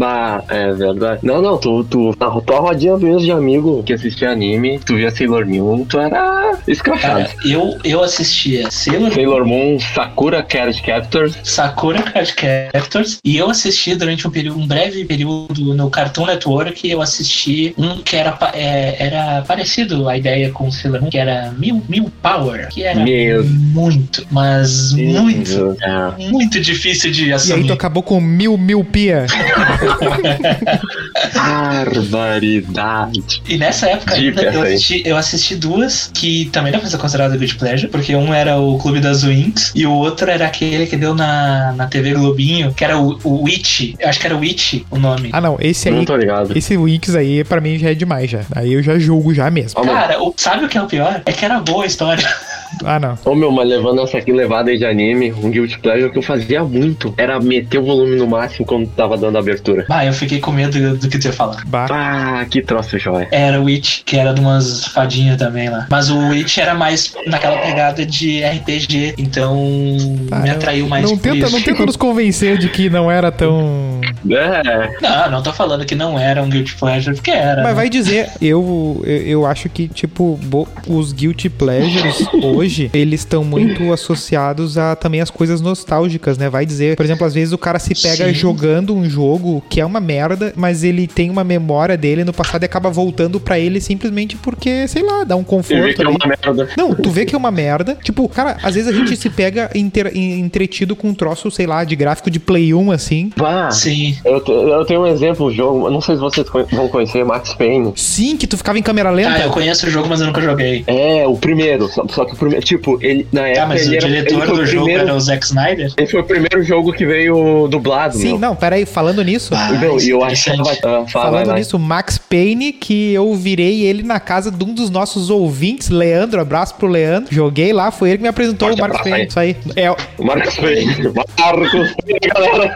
Ah, é verdade. Não, não, tu, tu, na tua rodinha mesmo de amigo que assistia anime, tu via Sailor Moon, tu era escrachado. Cara, eu, eu assistia É. Sailor Moon, Sailor Moon, Sakura Card Captors. Sakura Card Captors e eu assisti durante um, período, um breve período no Cartoon Network eu assisti um que era, pa- é, era parecido a ideia com Sailor Moon, que era Mil, Mil Power, É. que era Meu muito, mas muito Deus. É. muito difícil de E aí assumir. tu acabou com mil, mil pia. Barbaridade. E nessa época Dica ainda eu essa aí. assisti, eu assisti duas que também dá pra ser considerada Good Pleasure, porque um era o Clube das Wings e o outro era aquele que deu na, na TV Globinho, que era o, o Witch. Eu acho que era Witch o nome. Ah, não, esse Não aí. tô ligado. Esse Wix aí, pra mim, já é demais já. Aí eu já julgo já mesmo. Ó, meu, Cara, o- sabe o que é o pior? É que era boa a história. Ah, não. Ô meu, mas levando essa aqui levada aí de anime, um Guilty Pleasure que eu fazia muito era meter o volume no máximo quando tava dando a abertura. Bah, eu fiquei com medo do que tu ia falar. Bah. Ah, que troço joia. Era o Witch, que era de umas fadinhas também lá. Mas o Witch era mais naquela pegada de RPG, então Tá, me eu- atraiu mais não por tenta, isso. não tenta nos convencer de que não era tão. É, Não, não tô falando que não era um Guilty Pleasure, porque era. Mas né? vai dizer, eu, eu, eu acho que, tipo, bo- os Guilty Pleasures hoje, eles estão muito associados a também as coisas nostálgicas, né? Vai dizer, por exemplo, às vezes o cara se pega Sim. jogando um jogo que é uma merda, mas ele tem uma memória dele no passado e acaba voltando pra ele simplesmente porque, sei lá, dá um você conforto. vê que é ali. uma merda. Não, tu vê que é uma merda. Tipo, cara, às vezes a gente se pega inter- en- entretido com um troço, sei lá, de gráfico de Play 1, assim. Bah, Sim. eu, te- eu tenho um exemplo de jogo, eu não sei se vocês con- vão conhecer, Max Payne. Sim, que tu ficava em câmera lenta. Ah, eu conheço o jogo, mas eu nunca joguei. É, o primeiro, só, só que o primeiro, tipo, ele, na época Tá, mas ele o era, ele diretor foi do o jogo primeiro, era o Zack Snyder? ele foi o primeiro jogo que veio dublado, Sim, meu. não, peraí, falando nisso. Ah, Meu, isso e eu é interessante. achava... Ah, fala, Falando vai, vai. nisso, Max Payne, que eu virei ele na casa de um dos nossos ouvintes, Leandro. Abraço pro Leandro. Joguei lá, foi ele que me apresentou Forte o Marcos Payne. abraço aí. Isso aí. É, Marcos Payne. Marcos Payne, galera.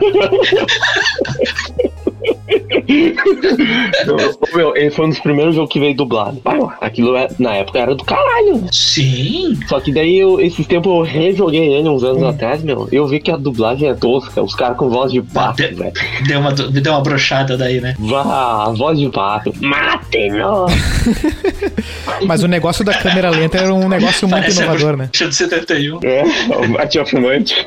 Ô, Meu, ele foi um dos primeiros jogos que veio dublado. Ah, Aquilo é- na época era do caralho. Sim, Só que daí eu, esses tempos eu rejoguei ele uns Hum. anos atrás, meu. Eu vi que a dublagem é tosca. Os caras com voz de pato, Até- velho. deu uma, do- deu uma brochada daí, né? Vá, voz de pato. Mate, não. mas o negócio da câmera lenta era um negócio muito Parece a inovador, né? bruxa de 71. É, o Mate of Night.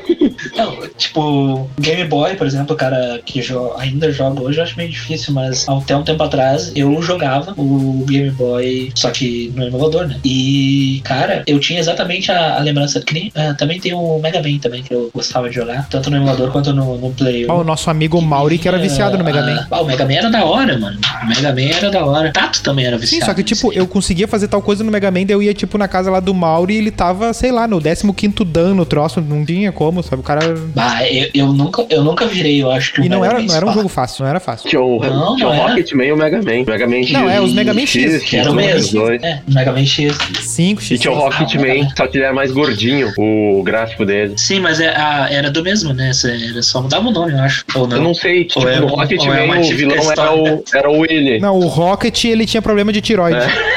Não, tipo, Game Boy, por exemplo, o cara que jo- ainda joga hoje, eu acho meio difícil, mas até um tempo atrás eu jogava o Game Boy, só que no emulador, né? E, cara, eu tinha exatamente a, a lembrança que nem, ah, também tem o Mega Man também, que eu gostava de jogar, tanto no emulador quanto no, no Play. um. Ó, o nosso amigo Mauri que era viciado no Mega Man. Ah, ah, o Mega Man era da hora, mano. O Mega Man era da hora. Tato também era Sim, viciado. só que tipo, eu conseguia fazer tal coisa no Mega Man, daí eu ia tipo na casa lá do Mauri e ele tava, sei lá, no 15º dan no troço, não tinha como, sabe? O cara... Bah, eu, eu nunca, eu nunca virei, eu acho que E o não Mega era, Man não era um Spa. jogo fácil, não era fácil. Tinha é o, Não, tinha o não era. Rocketman e o Mega Man. Mega Man Não, é, os Mega Man X, Que era o os mesmo. dois. É, Mega Man X. 5 E x tinha o Rocketman, só que ele era mais gordinho, o gráfico dele. Sim, mas é- a- era do mesmo, né? Essa- Era só mudava o nome, eu acho. Ou não. Eu não sei, tipo, Ou é no um- ou é Rocketman uma o vilão era o, era o Willy. Não, o Rocket, ele tinha problema de tiroide. É.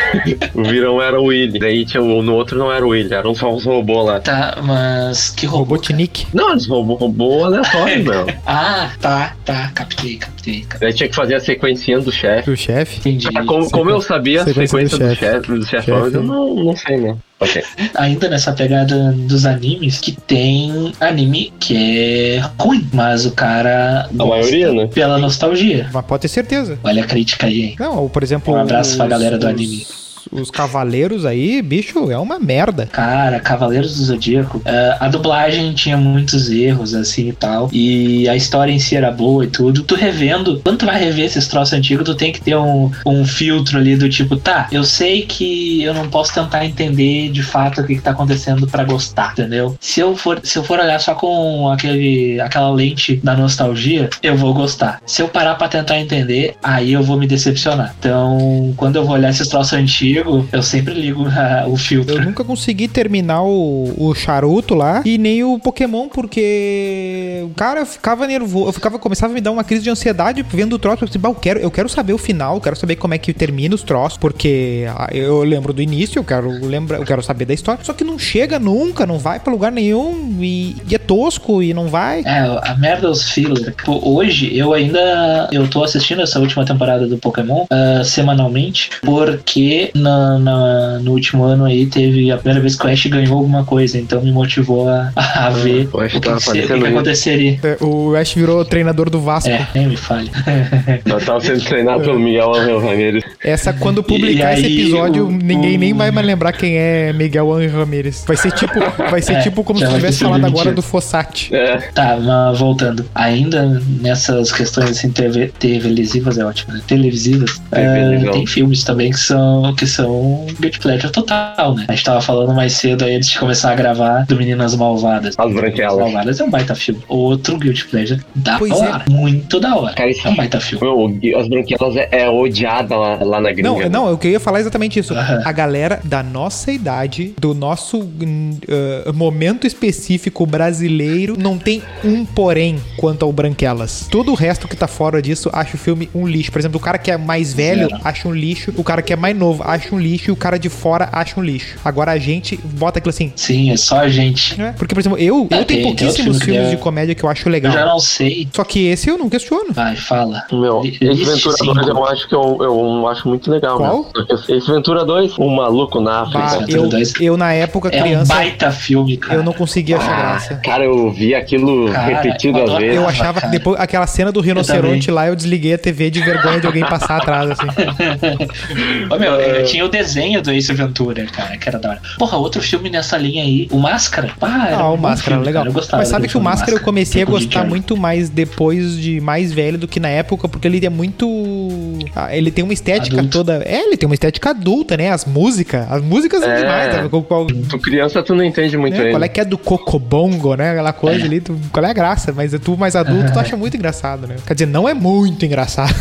O vilão era o Willy. Daí tinha o, no outro não era o Willy, eram só uns robôs lá. Tá, mas que robô? Robotnik. Não, eles roubou robô aleatório, meu. Ah, tá, tá. Captei, captei, captei. Daí tinha que fazer a sequencinha do chefe. O chefe. Entendi. Ah, como, como eu sabia a Sequência sequência do do chefe. chefe, do chefe, Chefe. eu não, não sei, né? Ok. Ainda nessa pegada dos animes, que tem anime que é ruim, mas o cara A gosta maioria, né? pela nostalgia. Mas pode ter certeza. Olha a crítica aí, hein? Não, ou, por exemplo... Um abraço pra os- galera do os- anime. Os cavaleiros aí, bicho, é uma merda. Cara, Cavaleiros do Zodíaco, eh, a dublagem tinha muitos erros, assim e tal. E a história em si era boa e tudo. Tu revendo, quando tu vai rever esses troços antigos, tu tem que ter um, um filtro ali do tipo, tá, eu sei que eu não posso tentar entender de fato o que, que tá acontecendo pra gostar, entendeu? Se eu for, se eu for olhar só com aquele, aquela lente da nostalgia, eu vou gostar. Se eu parar pra tentar entender, aí eu vou me decepcionar. Então, quando eu vou olhar esses troços antigos, eu sempre ligo o filtro. Eu nunca consegui terminar o, o charuto lá e nem o Pokémon, porque o cara eu ficava nervoso, eu ficava, começava a me dar uma crise de ansiedade vendo o troço. Eu, disse, "Bah, eu, quero, eu quero saber o final, eu quero saber como é que termina os troços, porque ah, eu lembro do início, eu quero, lembra, eu quero saber da história. Só que não chega nunca, não vai pra lugar nenhum e, e é tosco e não vai. É, a merda é os filler. Tipo, hoje eu ainda eu tô assistindo essa última temporada do Pokémon ah, semanalmente, porque na, na- no último ano aí teve a primeira vez que o Ash ganhou alguma coisa, então me motivou a, a ver Ah, O Ash o que, tava que se- o que aparecendo aí. aconteceria. É, O Ash virou treinador do Vasco. É, nem me fale. Eu tava sendo treinado pelo Miguel Angel Ramirez. Essa, quando publicar E esse aí, episódio, o- ninguém o- nem vai mais lembrar quem é Miguel Angel Ramirez. Vai ser tipo, vai ser É, tipo como já se vai tivesse ter sido falado demitido. agora do Fossati. É, Tá, mas voltando. Ainda nessas questões assim, TV, televisivas, é ótimo, né? Televisivas. É Televisão. eh, tem filmes também que são, que são Guilty Pleasure total, né? A gente tava falando mais cedo aí antes de começar a gravar do Meninas Malvadas. as branquelas. Malvadas é um baita filme. Outro Guilty Pleasure da Pois é. hora. Muito da hora. Cara, esse- É um baita filme. Meu, o- as branquelas é, é odiada lá, lá na gringa. Não, né? não, eu queria falar exatamente isso. Aham. A galera da nossa idade, do nosso hum, ah, momento específico brasileiro, não tem um porém quanto ao Branquelas. Todo o resto que tá fora disso acha o filme um lixo. Por exemplo, o cara que é mais velho Zero. acha um lixo, o cara que é mais novo acha um lixo e o cara de fora acha um lixo. Agora a gente bota aquilo assim, Sim, é só a gente. É, Porque, por exemplo, eu, Ah, eu tenho tem- tem pouquíssimos outros filmes que filmes é- de comédia que eu acho Eu já legal. não sei. Só que esse eu não questiono. Vai, fala. Meu, Li- esse liste Ventura é cinco. 2 eu acho que um, eu, eu acho muito legal. Qual? meu. Esse Ventura 2, o maluco Ah, na Bah, África. Esse eu, dois- eu, na época, É um criança, baita filme, cara. eu não conseguia achar Ah, graça. Cara, eu vi aquilo Cara, eu repetido às adoro- vezes. Eu Ah, achava que cara. depois aquela cena do rinoceronte lá, eu desliguei a TV de vergonha de alguém passar atrás, assim. Ô, meu, Ah. eu tinha o desenho do Ace Ventura, cara, que era da hora. Porra, outro filme nessa linha aí, o Máscara. Ah, era Ah, um o bom Máscara, filme, legal. cara, eu gostava Mas do sabe que o filme Tipo Máscara eu comecei a Com o Jim gostar Carrey. muito mais depois de mais velho do que na época, porque ele é muito. ah, Ele tem uma estética Adulto. toda. É, ele tem uma estética adulta, né? As músicas. As músicas são É. demais, né? sabe? Qual- qual- Tu criança, tu não entende muito né? ainda. Qual é que é do cocobongo, né? Aquela coisa ali, tu- qual é a graça? Mas tu mais adulto, tu acha muito é engraçado, né? Quer dizer, não é muito engraçado.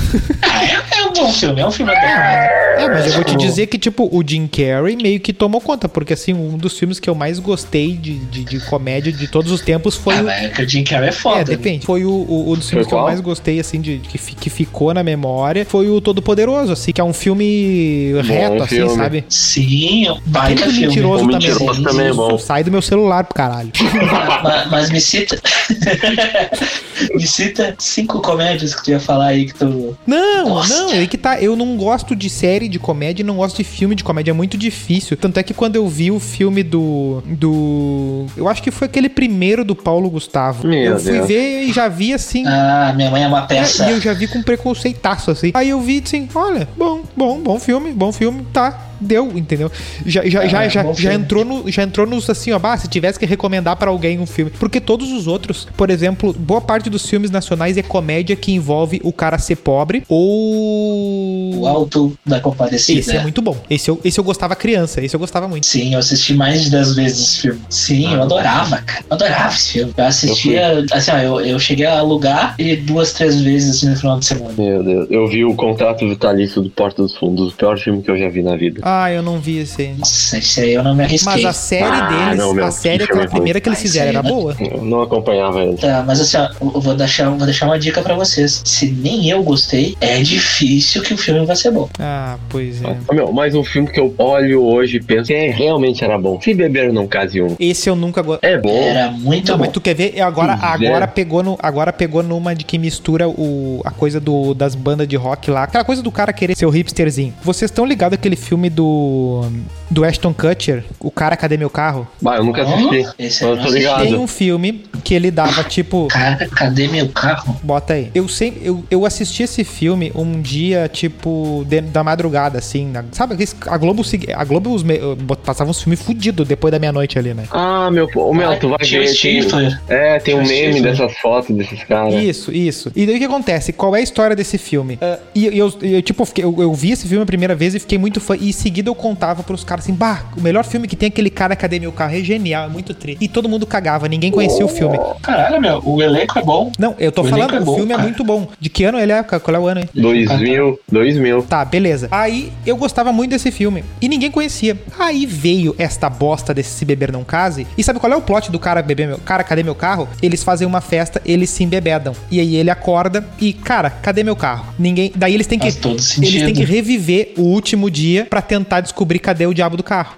Ah, é, é um bom filme, é um filme até. É, mas eu vou te dizer que, tipo, o Jim Carrey meio que tomou conta, porque, assim, um dos filmes que eu mais gostei de, de, de comédia de todos os tempos foi Ah, o. mas é que o Jim Carrey é foda. É, depende. Foi o, o- um dos filmes que eu qual? mais gostei, assim, de, que, fi- que ficou na memória. Foi o Todo Poderoso, assim, que é um filme reto, assim, filme. sabe? Sim, é um baita Muito filme. mentiroso O também. mentiroso Sim, também é sim, bom. Sai do meu celular, pro caralho. Ma- ma- mas me cita. me cita cinco comédias que tu ia falar aí que tu. Não, Nossa. não, é que tá. Eu não gosto de série de comédia, e não gosto de filme de comédia, é muito difícil. Tanto é que quando eu vi o filme do. do. Eu acho que foi aquele primeiro do Paulo Gustavo. Meu eu fui Deus. ver e já vi assim. Ah, minha mãe é uma peça. É, e eu já vi com preconceitaço, assim. Aí eu vi assim, olha, bom, bom, bom filme, bom filme, tá, deu, entendeu? Já, já, É, já, é já, bom já filme. entrou no, já entrou nos assim, ó, bah, se tivesse que recomendar pra alguém um filme. Porque todos os outros, por exemplo, boa parte dos filmes nacionais é comédia que envolve o cara ser pobre ou. O alto da compadecida. Esse é muito bom. Esse eu, esse eu gostava criança, esse eu gostava muito. Sim, eu assisti mais de 10 vezes esse filme. Sim, Ah, eu adorava, cara. Eu adorava esse filme. Eu assistia, assim, ó, eu, eu cheguei a alugar ele duas, três vezes assim, no final de semana. Meu Deus, eu vi o Contrato Vitalício do Porta dos Fundos, o pior filme que eu já vi na vida. Ah, eu não vi esse. aí. Nossa, isso aí eu não me arrisquei. Mas a série Ah, deles, não, meu, a série, que aquela filme ruim. primeira que eles Ah, fizeram, isso era aí boa. Eu não acompanhava ele. Tá, mas assim, ó, eu vou deixar, vou deixar uma dica pra vocês. Se nem eu gostei, é difícil que o filme vai ser bom. Ah, pois é. Ah, Meu, mais um filme que eu olho hoje e penso que realmente era bom. Se beber não case um. Esse eu nunca gostei. É bom. Era muito Não, bom. Então, mas tu quer ver? Agora, Pois agora, é. pegou no, agora pegou numa de que mistura o, a coisa do, das bandas de rock lá. Aquela coisa do cara querer ser o hipsterzinho. Vocês estão ligados àquele filme do, do Ashton Kutcher? O cara, cadê meu carro? Bah, eu nunca assisti. Hã? Esse eu não mas eu tô assisti. Tem ligado. um filme que ele dava tipo. Cara, cadê meu carro? Bota aí. Eu sempre. Eu, eu assisti esse filme um dia, tipo, de- da madrugada, assim. na- sabe? aqueles- A Globo. segui- A Globo os me- eh, bot- passava uns filmes fudidos depois da meia-noite ali, né? Ah, meu, ô, meu, tu vai Tio ver. tem- Stifler. É, tem um Tio meme Stifler. dessas fotos desses caras. Isso, isso. E daí o que acontece? Qual é a história desse filme? Ah, e eu, eu- eu, tipo, fiquei- eu, eu vi esse filme a primeira vez e fiquei muito fã. E em seguida eu contava pros caras assim, bah, o melhor filme que tem é aquele cara, cadê meu carro? É genial, é muito triste. E todo mundo cagava, ninguém conhecia o Oh. filme. Caralho, meu, o elenco é bom. Não, eu tô O falando, elenco é o bom, filme é cara. muito bom. De que ano ele é? Qual é o ano, hein? 2000, 2000. Tá, beleza. Aí eu gostava muito desse filme e ninguém conhecia. Aí veio esta bosta desse Se Beber Não Case. E sabe qual é o plot do cara beber meu cara, cadê meu carro? Eles fazem uma festa, eles se embebedam. E aí ele acorda e, cara, cadê meu carro? Ninguém, daí eles têm que Faz todo eles têm sentido. que reviver o último dia pra tentar descobrir cadê o diabo do carro.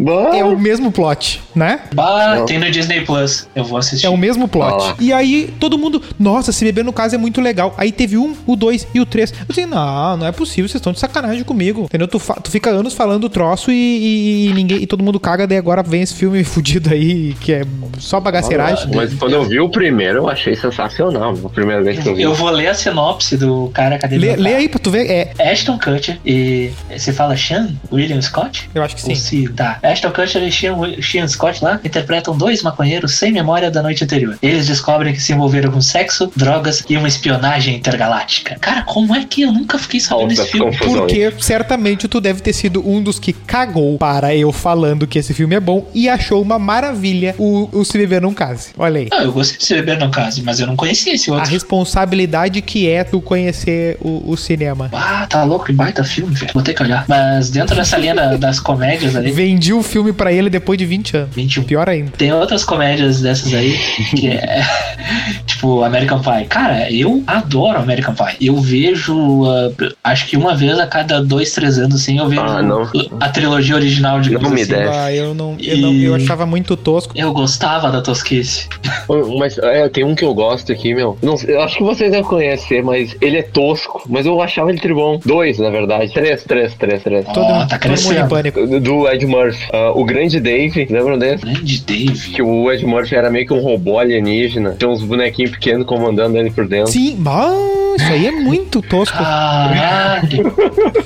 Bah, É o mesmo plot, né? Bah, tem no Disney Plus. Eu vou assistir. É o mesmo plot. Ah lá. E aí todo mundo, nossa, se beber no caso é muito legal. Aí teve um, o dois e o três. Eu disse, não, não é possível, vocês estão de sacanagem comigo. Entendeu? Tu, fa- tu fica anos falando o troço e, e- e ninguém e todo mundo caga, daí agora vem esse filme fudido aí, que é só bagaceiragem. mas quando eu vi o primeiro, eu achei sensacional. A primeira vez que eu vi. Eu vou ler a sinopse do cara, cadê Lê, meu lê carro? aí pra tu ver. É, Ashton Kutcher e. Você fala Sean? William Scott? eu acho que Ou sim. se- tá. Ashton Kutcher e Sean, Sean Scott lá interpretam dois maconheiros sem memória da noite anterior. Eles descobrem que se envolveram com sexo, drogas e uma espionagem intergaláctica. Cara, como é que eu nunca fiquei sabendo desse Altas filme? confusões. Porque certamente tu deve ter sido um dos que cagou para eu falando que esse filme é bom e achou uma maravilha o, o Se Beber Não Case. Olha aí. Não, eu gostei de se beber no caso, mas eu não conhecia esse A outro. responsabilidade que é tu conhecer o- o cinema. Ah, tá louco, que baita filme, velho. Vou ter que olhar. Mas dentro dessa linha da- das comédias ali, Vendi o filme pra ele depois de 20 anos. 21 Pior ainda. Tem outras comédias dessas aí, que é, tipo American Pie. Cara, eu adoro American Pie. Eu vejo, ah, acho que uma vez a cada dois, três anos, assim, eu vejo Ah, não. a trilogia original de Não me desce. Ah, eu não, eu não- É. E- eu achava muito tosco. Eu gostava da tosquice. Ô, Mas é, tem um que eu gosto aqui, meu. Não, sei, eu acho que vocês devem conhecer, mas ele é tosco. Mas eu achava ele tribom. Dois, na verdade. Três, três, três, três. Todo, Ó, mundo- tá todo mundo em crescendo. pânico. Do Ed Murphy. Ah, o grande Dave, lembram desse? Grande Dave. Que o Ed Murphy era meio que um robô alienígena. Tinha uns bonequinhos pequenos comandando ele por dentro. Sim, mas isso aí é muito tosco. Caralho.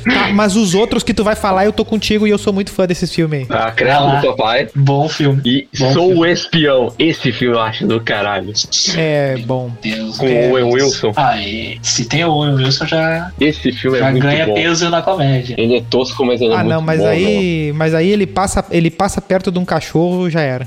Tá, mas os outros que tu vai falar, eu tô contigo e eu sou muito fã desses filmes aí. A Ah Cresta lá. do Papai. Bom filme. E Bom Sou filme. o Espião. Esse filme eu acho do caralho. É bom. Deus. Com o Owen Wilson. Ah, e se tem o Owen Wilson, já, Esse filme já é muito ganha bom. peso na comédia. Ele é tosco, mas ele é Ah, muito bom. não, mas meu. aí, né? mas aí ele passa, ele passa perto de um cachorro, já era.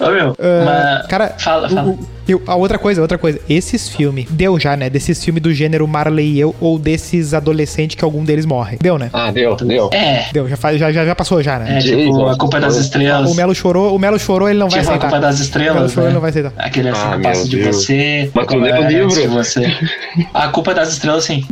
Ô, meu, Ah, mas- cara, fala, o- fala. o- E o- a outra coisa, outra coisa. Esses filmes, deu já, né? Desses filmes do gênero Marley e eu ou desses adolescentes que algum deles morre. Deu, né? Ah, deu, deu. É, Deu, já, faz- já, já, já passou já, é né? tipo, Jesus, a culpa das eu- estrelas. O Melo chorou, o Melo chorou, ele não vai Tipo, a aceitar. culpa das o Melo estrelas. chorou, Né? ele não vai aceitar. Aquele assim, Ah, que meu passa de Deus. você. Mas tu como leu o era livro? antes de você. A culpa das estrelas, sim.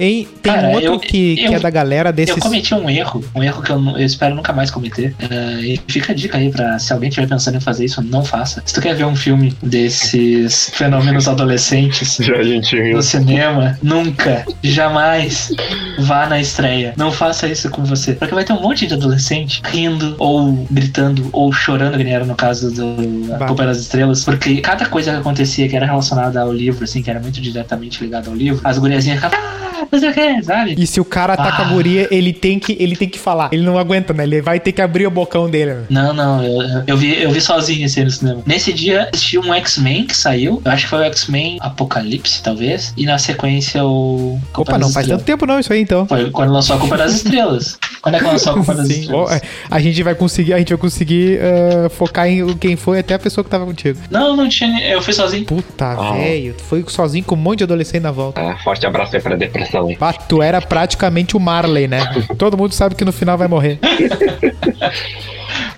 Em- tem Cara, um outro eu- que, que eu- é da galera desses. Eu cometi um erro, um erro que eu, nu- eu espero nunca mais cometer. Eh, e fica a dica aí pra se alguém estiver pensando em fazer isso, não faça. Se tu quer ver um filme desses fenômenos adolescentes Já a gente riu. no cinema, nunca, jamais vá na estreia. Não faça isso com você. Porque vai ter um monte de adolescente rindo, ou gritando, ou chorando, que nem era no caso do Bah. A Culpa das Estrelas. Porque cada coisa que acontecia que era relacionada ao livro, assim, que era muito diretamente ligada ao livro, as guriazinhas ficavam, ah, não sei o que, sabe? E se o cara ataca a Ah. guria, ele tem, que, ele tem que falar. Ele não aguenta, né? Ele vai ter que abrir o bocão dele, né? Não, não, eu, eu, vi, eu vi sozinho esse aí no cinema. Nesse dia assisti um X-Men que saiu. Eu acho que foi o X-Men Apocalipse, talvez. E na sequência o. Culpa Opa, não das faz Estrelas. tanto tempo não isso aí, então. Foi quando lançou a Culpa das Estrelas. Quando é que lançou a Culpa das Sim, ó, é. Estrelas? a gente vai conseguir, a gente vai conseguir ah, focar em quem foi até a pessoa que tava contigo. Não, não tinha. ni- Eu fui sozinho. Puta, Ah. velho, tu foi sozinho com um monte de adolescente na volta. Ah, forte abraço aí pra depressão, hein? Pá, tu era praticamente o Marley, né? Todo mundo sabe que no final vai morrer.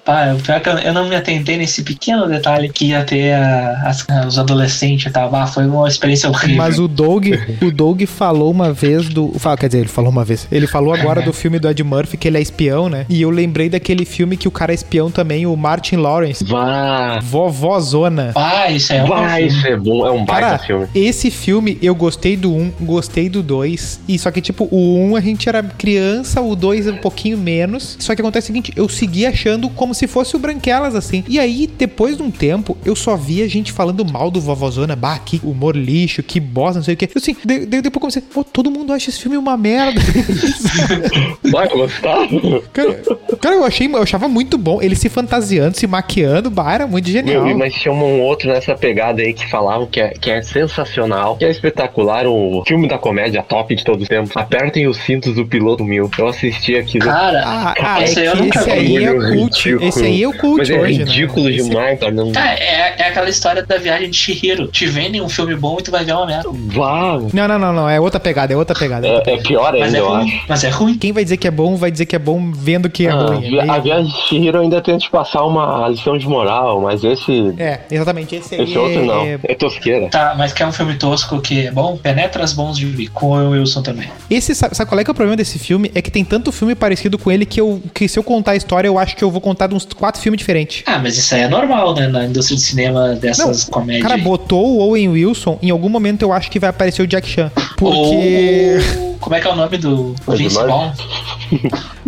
Pá, eu- pior que eu, eu não me atentei nesse pequeno detalhe que ia ter a- as- né, os adolescentes e tal. Ah, foi uma experiência horrível. Mas o Doug, o Doug falou uma vez do. fala- Quer dizer, ele falou uma vez. Ele falou agora do filme do Ed Murphy, que ele é espião, né? E eu lembrei daquele filme que o cara é espião também, o Martin Lawrence. Vá! Vovózona. Ah, isso aí é um Vai, filme. isso é bom, é um baita Cara, filme. esse filme eu gostei do 1, um, gostei do 2. E só que, tipo, o 1 um, a gente era criança, o 2 um pouquinho menos. Só que acontece o seguinte, eu segui achando como se fosse o Branquelas, assim. E aí, depois de um tempo, eu só via gente falando mal do Vovozona. Bah, que humor lixo, que bosta, não sei o quê. Eu, Assim, de, de, depois eu comecei, pô, todo mundo acha esse filme uma merda. Vai gostar? cara, cara, eu achei, eu achava muito bom. Ele se fantasiando, se maquiando, bah, era muito genial. Meu, e- mas tinha um outro nessa pegada aí que falavam que é, que é sensacional, que é espetacular, o filme da comédia top de todos os tempos. Apertem os cintos do piloto mil. Eu assisti aquilo. Cara. Ah, ah, é Esse aí eu que nunca esse vi. aí é Bagulho cult. ridículo. Esse aí é o cult Mas é hoje, né? ridículo Esse- demais, cara. Não... Tá, é, é aquela história da viagem de Shihiro. Te vendem um filme bom e tu vai ver uma merda. Vá! Não, não, não, não. É outra pegada, é outra pegada. é outra É, é pegada. pior Mas ainda, é eu acho. ruim. Mas é ruim. Quem vai dizer que é bom, vai dizer que é bom vendo que é Ah, ruim. a Aí- viagem de Shihiro ainda tenta te passar uma lição de moral, mas esse. É, exatamente. Esse aí Esse outro não. é- É tosqueira. Tá, mas quer um filme tosco que é bom? Penetras Bons de Vi, com o Wilson também. Esse, sabe, sabe qual é, que é o problema desse filme? É que tem tanto filme parecido com ele que, eu, que se eu contar a história, eu acho que eu vou contar de uns quatro filmes diferentes. Ah, mas isso aí é normal, né? Na indústria de cinema dessas O comédias. cara aí. botou o Owen Wilson, em algum momento eu acho que vai aparecer o Jack Chan. Porque. Ou... Como é que é o nome do Oi, Vince Dimar? Vaughn?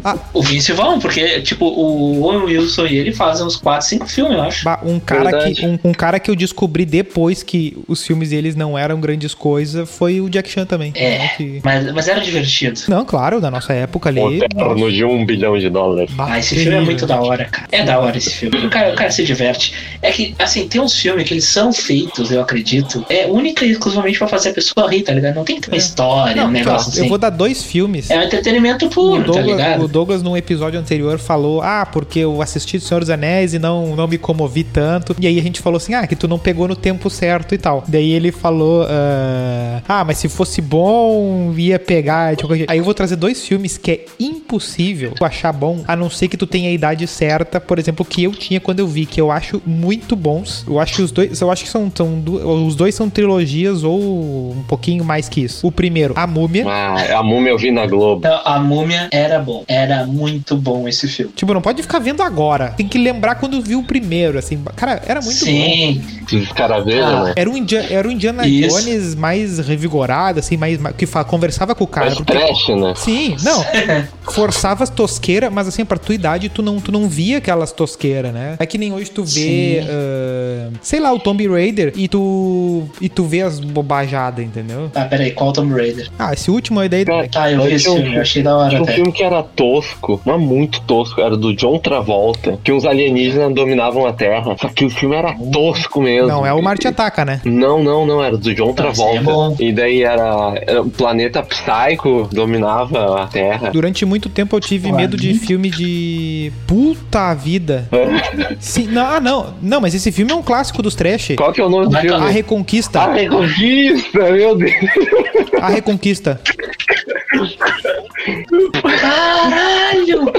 Ah. O Vince Vaughn, porque, tipo, o Owen Wilson e ele fazem uns 4, 5 filmes, eu acho. Bah, um cara, Verdade. que, um, um cara que eu descobri depois que os filmes deles não eram grandes coisas foi o Jack Chan também. Né, É. Que- Mas, mas era divertido. Não, claro, da nossa época ali. Um nossa. terno de um bilhão de dólares. Bah, Ah, esse filme é terrível. muito da hora, cara. É da hora esse filme. O cara, o cara se diverte. É que, assim, tem uns filmes que eles são feitos, eu acredito. É única e exclusivamente pra fazer a pessoa rir, tá ligado? Não tem que ter uma É. história, Não, um negócio eu, assim. eu vou dar dois filmes. É um entretenimento O puro, tá Douglas, ligado? o Douglas, num episódio anterior, falou: Ah, porque eu assisti O Senhor dos Anéis e não, não me comovi tanto. E aí a gente falou assim: Ah, que tu não pegou no tempo certo e tal. Daí ele falou: ah, Ah, mas se fosse bom, ia pegar. tipo coisa. Aí eu vou trazer dois filmes que é impossível tu achar bom, a não ser que tu tenha a idade certa, por exemplo, que eu tinha quando eu vi, que eu acho muito bons. Eu acho que os dois. Eu acho que são. são du- os dois são trilogias ou um pouquinho mais que isso. O primeiro, A Múmia. Ah, a múmia eu vi na Globo. Então, a Múmia era bom. Era muito bom esse filme. Tipo, não pode ficar vendo agora. Tem que lembrar quando viu o primeiro, assim. Cara, era muito bom. Sim, Esses caras velhos, Ah, né? Era um, Indiana, era um Indiana Isso. Jones mais revigorado, assim, mais, mais- que fa- conversava com o cara. Mas porque- trash, né? Sim, não. Forçava as tosqueiras, mas assim, pra tua idade, tu não, tu não via aquelas tosqueiras, né? É que nem hoje tu vê, Sim. ah, sei lá, o Tomb Raider e tu, e tu vê as bobajadas, entendeu? Ah, peraí, qual o Tomb Raider? Ah, esse último e daí. Cara, Tá, eu vi esse tinha um filme, eu achei da hora Tinha um até. filme que era tosco, mas muito tosco, era do John Travolta, que uns alienígenas dominavam a Terra. Só que o filme era Hum. tosco mesmo. Não, é o Marte Ataca, né? Não, não, não, era do John Tá, isso aí é Travolta. bom. e daí era, era o planeta Psycho dominava a Terra. Durante muito tempo eu tive Claro. medo de filme de. Puta vida! Sim, não, ah, não, não, mas esse filme é um clássico dos trash. Qual que é o nome do Vai A filme? A Reconquista. Reconquista, é meu Deus. A Reconquista. Caralho!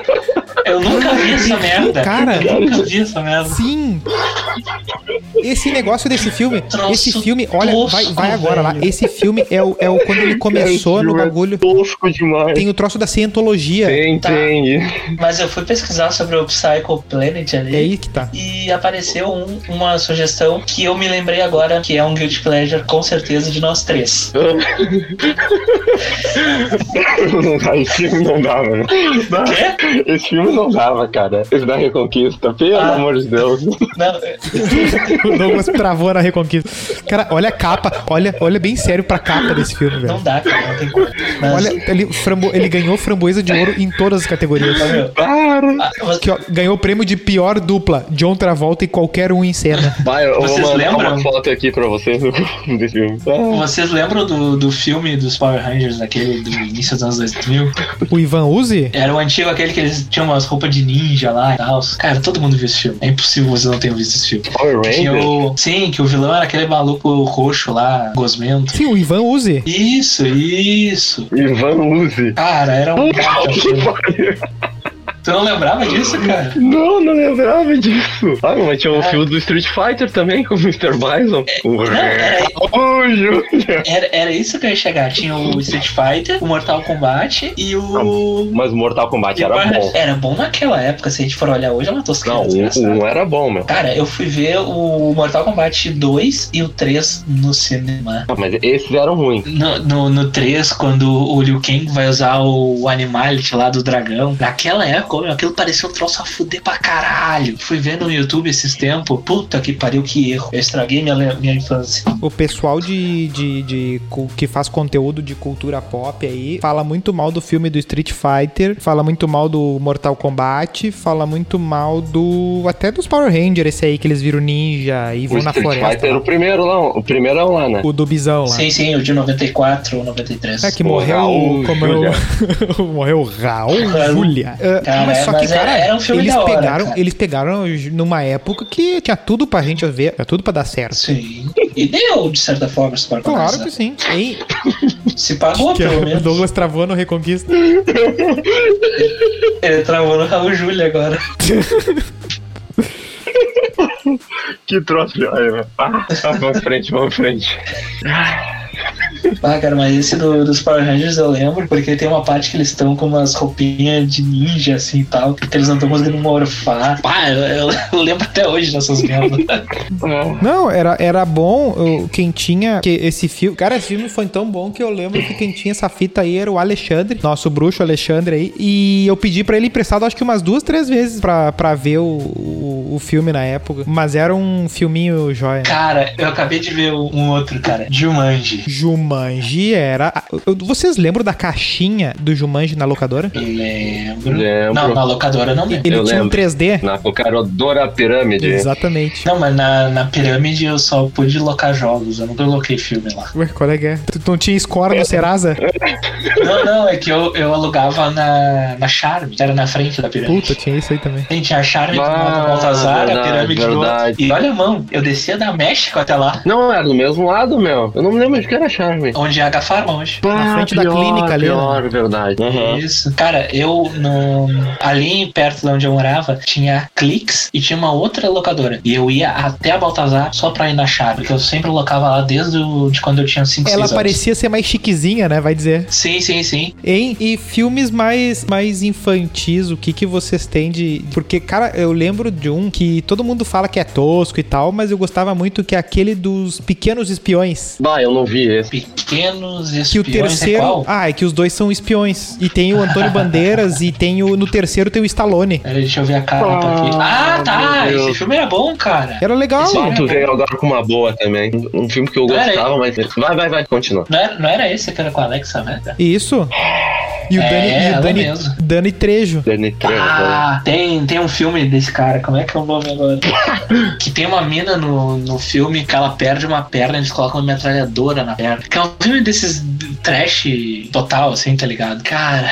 Eu nunca vi essa merda. Cara. eu nunca vi essa merda. Sim! Esse negócio desse filme, Troço esse filme, olha, tosco, vai, vai agora lá. velho. Esse filme é o, é o quando ele começou Esse no filme é bagulho. Tosco demais. Tem o troço da cientologia. É Tem, Tá. tem. Mas eu fui pesquisar sobre o Psycho Planet ali. aí que tá. E apareceu um- uma sugestão que eu me lembrei agora, que é um Guilty Pleasure, com certeza, de nós três. Não dá, esse filme não dava. né? Quê? Esse filme não dava, cara. Esse da Reconquista, pelo Ah. amor de Deus. Não, eh, O Douglas travou na Reconquista. Cara, olha a capa, olha, olha bem sério pra capa desse filme, velho. não dá, cara, não tem como. Mas, Olha, ele, frambo- ele ganhou framboesa de ouro em todas as categorias. Ô, meu, Para! ah, mas Que, ó, ganhou o prêmio de pior dupla, John Travolta e qualquer um em cena. Vai, eu Vocês vou mandar lembram? uma foto aqui pra vocês do- desse filme. Ah, Vocês lembram do, do filme dos Power Rangers, aquele do início dos anos 2000? O Ivan Uzi? Era o antigo, aquele que eles tinham umas roupas de ninja lá e tal. Cara, todo mundo viu esse filme. É impossível você não ter visto esse filme. Power Tinha Rangers? o- sim, que o vilão era aquele maluco roxo lá, gosmento. Sim, o Ivan Uzi. Isso, isso. Ivan Uzi. Cara, era Ah, um tá. baita filme. Tu não lembrava disso, cara? Não, não lembrava disso. Ah, mas tinha um É. filme do Street Fighter também com o Mr. Bison. O é. Raul Jr. Era, era isso que eu ia chegar. Tinha o Street Fighter, o Mortal Kombat e o. Mas Mortal Kombat e o era Power- bom. Era bom naquela época, se a gente for olhar hoje, é uma tosqueira Não, o desgraçada. um, era bom, meu. Cara, eu fui ver o Mortal Kombat 2 e o 3 no cinema. Ah, mas esses eram ruins. No, no, no 3, quando o Liu Kang vai usar o, o Animality lá do dragão, naquela época, meu, aquilo parecia um troço a fuder pra caralho. Fui ver no YouTube esses tempos, puta que pariu, que erro. Eu estraguei minha, le- minha infância. O pessoal de, de, de cu- que faz conteúdo de cultura pop aí fala muito mal do filme do Street Fighter, fala muito mal do Mortal Kombat, fala muito mal do. até dos Power Rangers, esse aí que eles viram ninja e O vão na Street floresta. Fighter, lá. o primeiro lá, o primeiro é lá, né? O do Bisão lá. Sim, sim, o de 94 ou 93. É que O morreu Raul o. Como é Julia. o- morreu o Raul Raul. Julia. Ah, Cara, mas só que, mas é- cara, era um filme eles, da hora, pegaram, cara. eles pegaram numa época que tinha tudo pra gente ver, tinha tudo pra dar certo. Sim. E deu, de certa forma, se pode Claro analisar. que sim. Ei, Se pagou, que é pelo o menos. Douglas travou no Reconquista. Ele travou no Raul Júlio agora. Que troço, olha, meu. Ah, ah, vamos em frente, vamos em frente. Ah, cara, mas esse do- dos Power Rangers eu lembro, porque tem uma parte que eles estão com umas roupinhas de ninja, assim e tal, que eles não estão conseguindo morfar. Pá, eu, eu- eu lembro até hoje dessas merdas. Ah, Não, era, era bom eu- quem tinha que esse filme. Cara, esse filme foi tão bom que eu lembro que quem tinha essa fita aí era o Alexandre, nosso bruxo Alexandre aí. E eu pedi pra ele emprestado acho que umas duas, três vezes pra, pra ver o, o, o filme na época. Mas era um filminho joia. Cara, eu acabei de ver um outro, cara. Jumanji. Jumanji era. ah, eu- Vocês lembram da caixinha do Jumanji na locadora? Eu lembro. Lembro. Não, na locadora não lembro. Ele Eu tinha um lembro. 3D? É um na Cocarodora Pirâmide. Exatamente. Não, mas na, na pirâmide eu só pude locar jogos, eu não coloquei filme lá. Ué, qual é que é? Tu não tinha score no Serasa? É. Não, não, é que eu, eu alugava na, na Charme, que era na frente da pirâmide. Puta, tinha isso aí também. Gente, tinha a Charme do Ah, lado do Baltazar, a verdade, pirâmide do outro. verdade. E olha a mão, eu descia da México até lá, Não, era do mesmo lado, meu. Eu não me lembro de que era Charme. onde é a Gafarma hoje. Na Ah, frente da pior, clínica ali, né? Pior, verdade. Uhum. Isso. Cara, eu no, ali perto de onde eu morava tinha Clix e tinha uma outra locadora. E eu ia até a Baltazar só pra ir na Charme, que eu sempre locava lá desde o- de quando eu tinha 5, 6 Ela anos. parecia ser mais chiquezinha, né? Vai dizer. Sim, sim, sim. Hein? E filmes mais, mais infantis, o que, que vocês têm de. Porque, cara, eu lembro de um que todo mundo fala que é tosco e tal, mas eu gostava muito que é aquele dos pequenos espiões. Bah, eu não vi esse. Pequenos Espiões Que o é terceiro. qual? ah, é que os dois são espiões. E tem o Antônio Bandeiras e tem o. No terceiro tem o Stallone. Pera, deixa eu ver a cara aqui. Ah, tá! meu Deus. Esse filme é bom, cara. Era legal. Esse é Ó, tu veio agora com uma boa também. Um filme que eu Pera aí. gostava, mas. Vai, vai, vai, continua. Não era, não era esse que era com a Alexa, né? cara? Isso. E o É, Dani, e o ela Dani, mesmo. Dani Trejo. Danny Trejo, né? Ah, tem, tem um filme desse cara, como é que é o nome agora? que tem uma mina no, no filme que ela perde uma perna e eles colocam uma metralhadora na perna. Que é um filme desses trash total, assim, tá ligado? Cara,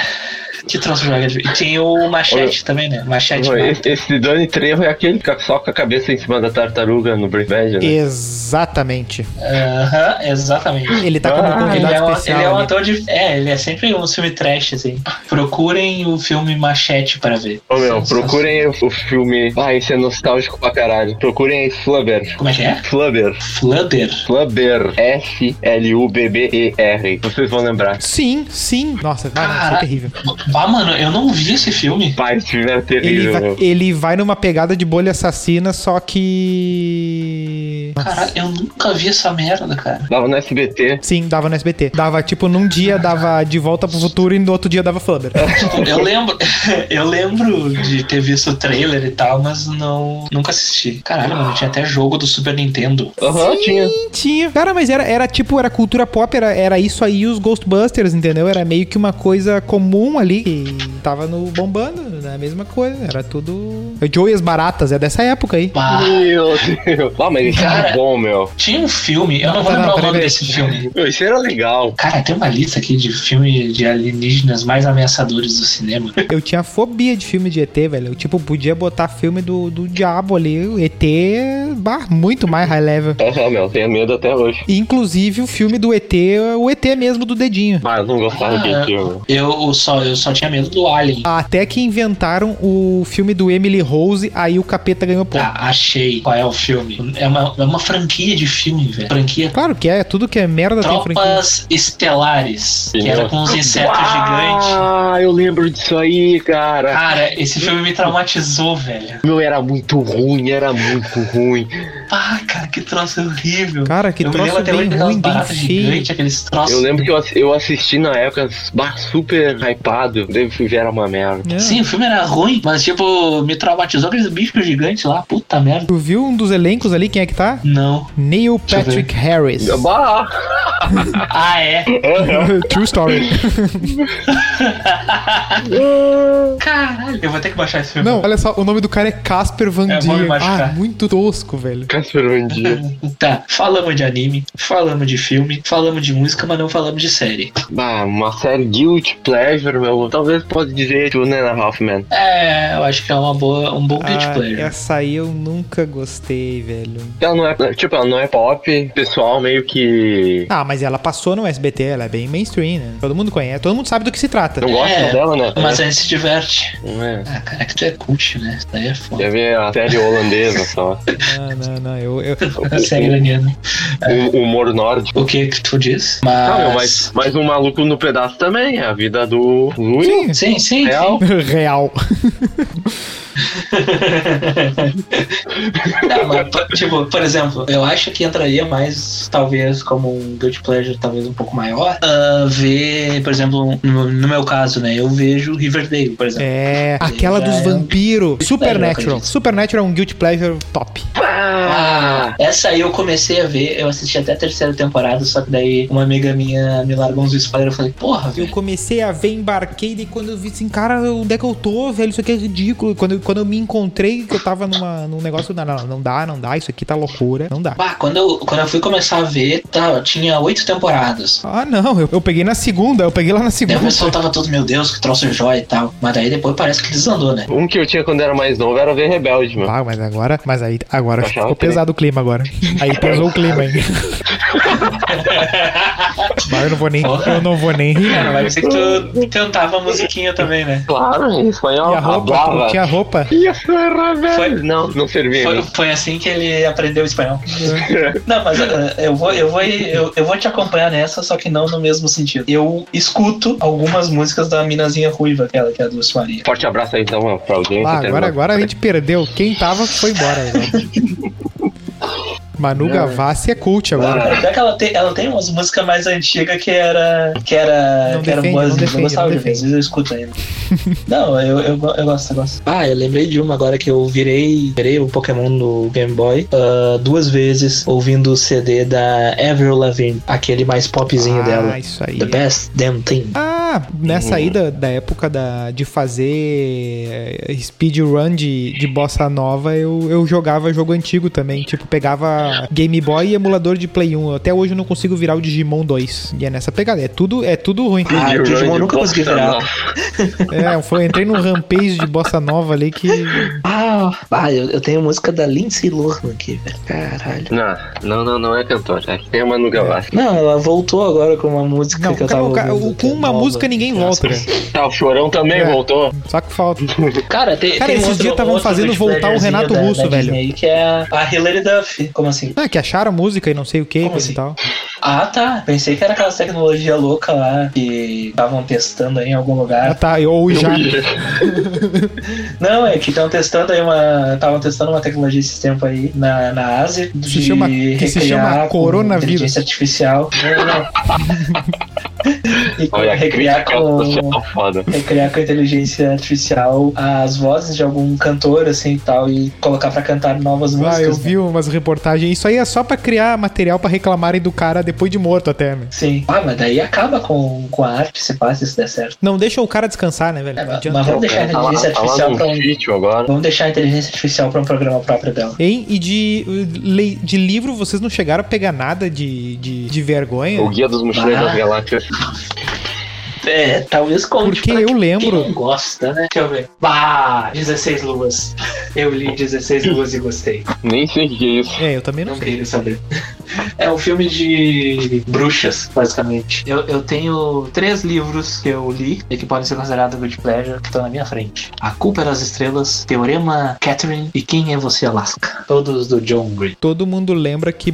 que troço joga de. E tem o Machete também, né? Machete. Pô, mata. Esse, esse Danny Trejo é aquele que soca a cabeça em cima da tartaruga no Breaking Bad, né? Exatamente. Aham, exatamente. Ele tá como Ah, ele convidado é, um, especial. ele é um né? ator de. É, ele é sempre um filme trash, assim. Procurem o filme Machete pra ver. Ô meu, Sensacional. procurem o filme. Ah, esse é nostálgico pra caralho. Procurem aí Flubber. Como é que é? Flubber. Flubber. Flubber. F-L-U-B-B-E-R. Vocês vão lembrar. Sim, sim. Nossa, vai, vai ser Cara. terrível. Ah, mano, eu não vi esse filme. Pai, esse filme era Ele terrível, vai, meu. ele vai numa pegada de bolha assassina, só que. Caralho, eu nunca vi essa merda, cara. Dava no SBT. Sim, dava no SBT. Dava, tipo, num dia dava de volta pro futuro e no outro dia dava Flubber. Tipo, eu lembro, eu lembro de ter visto o trailer e tal, mas não, nunca assisti. Caralho, mano, tinha até jogo do Super Nintendo. Aham, tinha. Tinha. Cara, mas era, era tipo, era cultura pop, era, era isso aí e os Ghostbusters, entendeu? Era meio que uma coisa comum ali que tava no bombando, né? A mesma coisa. Era tudo. Joey e as Baratas, é dessa época aí. Bah. Meu Deus. Ah, mas esse Ah. era Cara. bom, meu. Tinha um filme, eu não vou Não, não, lembrar o peraí, nome peraí. desse filme. Meu, Esse era legal. Cara, tem uma lista aqui de filme de alienígenas mais ameaçadores do cinema. Eu tinha fobia de filme de ET, velho. Eu, tipo, podia botar filme do, do diabo ali. O ET, bah, muito mais high level. Aham, É, meu. Tenho medo até hoje. E, Inclusive o filme do ET, o ET mesmo do dedinho. Ah, eu não gostava Ah, desse filme. Eu só, eu só tinha medo do Alien. Até que inventaram o filme do Emily Rose, aí o capeta ganhou ponto. Tá, achei qual é o filme. É uma, é uma franquia de filme, velho. Franquia Claro que é, tudo que é merda tem franquia. Tropas Estelares, que Pneu. era com uns insetos gigantes. Ah, eu lembro disso aí, cara. Cara, esse filme me traumatizou, velho. Meu, era muito ruim, era muito ruim. Pá, Ah, cara, que troço horrível. Cara, que eu me troço lembro até bem hoje daquelas ruim, bem baratas feio. gigantes, aqueles troços. Eu lembro que eu, ass- eu assisti na época bah, super hypado. Daí eu fui ver, era uma merda. É. Sim, o filme era ruim, mas tipo, me traumatizou aqueles bichos gigantes lá, puta merda. Tu viu um dos elencos ali, quem é que tá? Não. Neil eu Patrick Harris. Bah! Ah, é? True story. Caralho, eu vou ter que baixar esse filme. Não, olha só, o nome do cara é Casper Van É, vou me Dien. Ah, machucar. muito tosco, velho. Casper Van Dien. Tá, falamos de anime, falamos de filme, falamos de música, mas não falamos de série. Bah, uma série Guilty Pleasure, meu. Talvez pode dizer tipo, Two and a Half Man. É, eu acho que é uma boa, um bom guilty Ah, pleasure. essa aí eu nunca gostei, velho. Ela não é. Tipo, ela não é pop. O pessoal meio que. Ah, mas ela passou no SBT, ela é bem mainstream, né? Todo mundo conhece, todo mundo sabe do que se trata. Não gosta É, dela, né? Mas aí se diverte. Não é. Ah, cara, que tu é cult, né? Isso daí é foda. Quer ver a série holandesa só. Não, não, não. Eu, eu- Essa é iraniana. O Um humor nórdico. O que que tu diz? Ah, meu, Mas... mas, mas um maluco no pedaço também. É a vida do Louis. Sim. Sim, sim, Real. sim. Real. Não, mas, po- tipo, por exemplo, eu acho que entraria mais, talvez, como um guilty pleasure, talvez um pouco maior, ah, ver, por exemplo, no, no meu caso, né, eu vejo Riverdale, por exemplo. É, aquela dos Já é um vampiros. guilty pleasure, eu Supernatural. acredito. Supernatural é um guilty pleasure top. Ah! Ah, essa aí eu comecei a ver, eu assisti até a terceira temporada, só que daí uma amiga minha me largou uns spoilers, eu falei, porra, Eu viu? comecei a ver, embarquei, e quando eu vi assim, cara, onde é que eu tô, velho? Isso aqui é ridículo. E Quando, eu- quando eu me encontrei, que eu tava numa, num negócio, não, não, não dá, não dá, isso aqui tá loucura, não dá. Bah, quando eu, quando eu fui começar a ver, tá, tinha oito temporadas. Ah, não, eu, eu peguei na segunda, eu peguei lá na Daí o segunda. pessoal tava todo, meu Deus, que troço jóia e tal. Mas daí depois parece que desandou, né? Um que eu tinha quando era mais novo era ver Rebelde, meu. Ah, mas agora, mas aí, agora Baixar ficou o trem. pesado o clima agora. Aí pesou o clima aí. Mas eu não vou nem, eu não vou nem rir. Cara, É, vai ser que tu cantava a musiquinha também, né? Claro, em espanhol. E a roupa, tu não hablaba. tinha roupa. Isso era velho. Foi- Não, não servia. Foi, né? foi assim que ele aprendeu espanhol. Não, mas eh, eu vou, eu, vou, eu, eu vou te acompanhar nessa, só que não no mesmo sentido. Eu escuto algumas músicas da Minazinha Ruiva, aquela que é a Dulce Maria. Forte abraço aí então ó, pra tá audiência. Ah, até agora, mais. agora a gente perdeu. Quem tava foi embora. agora. Manu Gavassi é cult agora. Pior que ela tem, ela tem umas músicas mais antigas que era. que era. Não que eram defende, boas, né? não defende, eu gostava não de ver, às vezes eu escuto ainda. não, eu, eu, go- eu gosto, eu gosto. Ah, eu lembrei de uma agora que eu virei, virei o Pokémon no Game Boy ah, duas vezes ouvindo o CD da Avril Lavigne, aquele mais popzinho ah, dela. isso aí. The Best Damn Thing. Ah, Uhum. nessa aí da, da época da, de fazer eh, speedrun de, de bossa nova, eu, eu jogava jogo antigo também. Tipo, pegava Game Boy e emulador de Play 1. Até hoje eu não consigo virar o Digimon 2. E é nessa pegada. É tudo, é tudo ruim. Ah, Speedrun Digimon de nunca consegui bossa virar. nova. É, foi, eu entrei num rampage de bossa nova ali que. Ah, ah eu, eu tenho música da Lindsay Lohan aqui, velho. Caralho. Não, não, não, não é cantor. É que tem a Manu Gavassi. Não, ela voltou agora com uma música Não, que eu cara, tava o cara- ouvindo, o- com que é uma nova. música ninguém volta, né? Tá, o Chorão também É. voltou. Saco falta. Cara, tem, Cara, tem esses outro- dias tavam outro fazendo Good voltar o Renato Playerzinho Russo, da velho. Disney, que é a- a Hilary Duff. Como assim? Ah, que acharam a música e não sei o que, Como coisa e assim? tal. Ah, tá. Pensei que era aquelas tecnologia louca lá que estavam testando aí em algum Ah, lugar. tá. Ou já. Não, é que estavam testando aí uma. Estavam testando uma tecnologia esse tempo aí na, na Ásia. De Se chama- que se recriar chama com coronavírus. Inteligência artificial. Não, não. e Olha, a recriar crítica é com. social foda. Recriar com inteligência artificial as vozes de algum cantor, assim e tal, e colocar pra cantar novas músicas. Ah, eu né? vi umas reportagens. Isso aí é só pra criar material pra reclamarem do cara depois de morto até, né? Sim. Ah, mas daí acaba com, com a arte, se passa, se der certo. Não deixa o cara descansar, né, velho? É, Não mas, adianta. mas vamos deixar a Tá lá, inteligência tá lá artificial num pra um. sítio agora. Vamos deixar a inteligência artificial pra um programa próprio dela. Hein? E de, le- de livro, vocês não chegaram a pegar nada de, de, de vergonha? O Guia dos Mochileiros Ah. das Galáxias. É, talvez conte Porque pra eu quem lembro. não gosta, né? Deixa eu ver. Bah, 16 luas. Eu li 16 luas e gostei. Nem sei o que é isso. É, eu também não Não sei. queria saber. É um filme de bruxas, basicamente. Eu, eu tenho três livros que eu li e que podem ser considerados good pleasure, que estão na minha frente. A Culpa é das Estrelas, Teorema Catherine e Quem é Você, Alaska. Todos do John Green. Todo mundo lembra que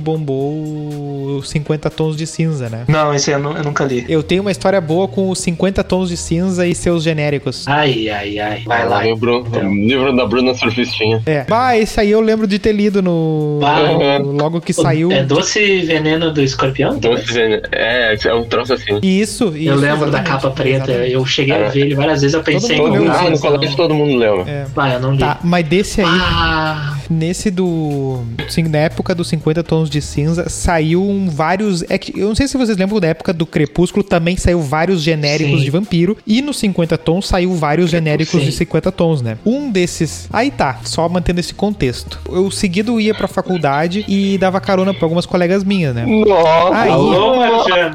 bombou os 50 tons de cinza, né? Não, esse eu, nu- eu nunca li. Eu tenho uma história boa com os 50 tons de cinza e seus genéricos. Ai, ai, ai. Vai lá. Livro, livro da Bruna Surfistinha. É. Bah, esse aí eu lembro de ter lido no. Bah. Logo que saiu. É doce veneno do escorpião? Doce Veneno. É, é um troço assim. E isso, isso. Eu lembro da exatamente. capa preta, Exatamente. eu cheguei a É. ver ele várias vezes, eu pensei mundo em leu não, Todo, ah, comprar, no mas colégio todo mundo lembra. um É. Vai, eu não li. Tá, mas desse aí, Ah, nesse do. sim, Na época dos 50 tons de cinza, saiu um vários. é que- Eu não sei se vocês lembram da época do Crepúsculo, também saiu vários genéricos Sim. de vampiro. E nos 50 tons saiu vários genéricos sim. de 50 tons, né? Um desses. Aí tá, só mantendo esse contexto. Eu seguido ia pra faculdade e dava carona pra algumas colegas minhas, Hum. né? Nossa! Aí. Alô, Marjana.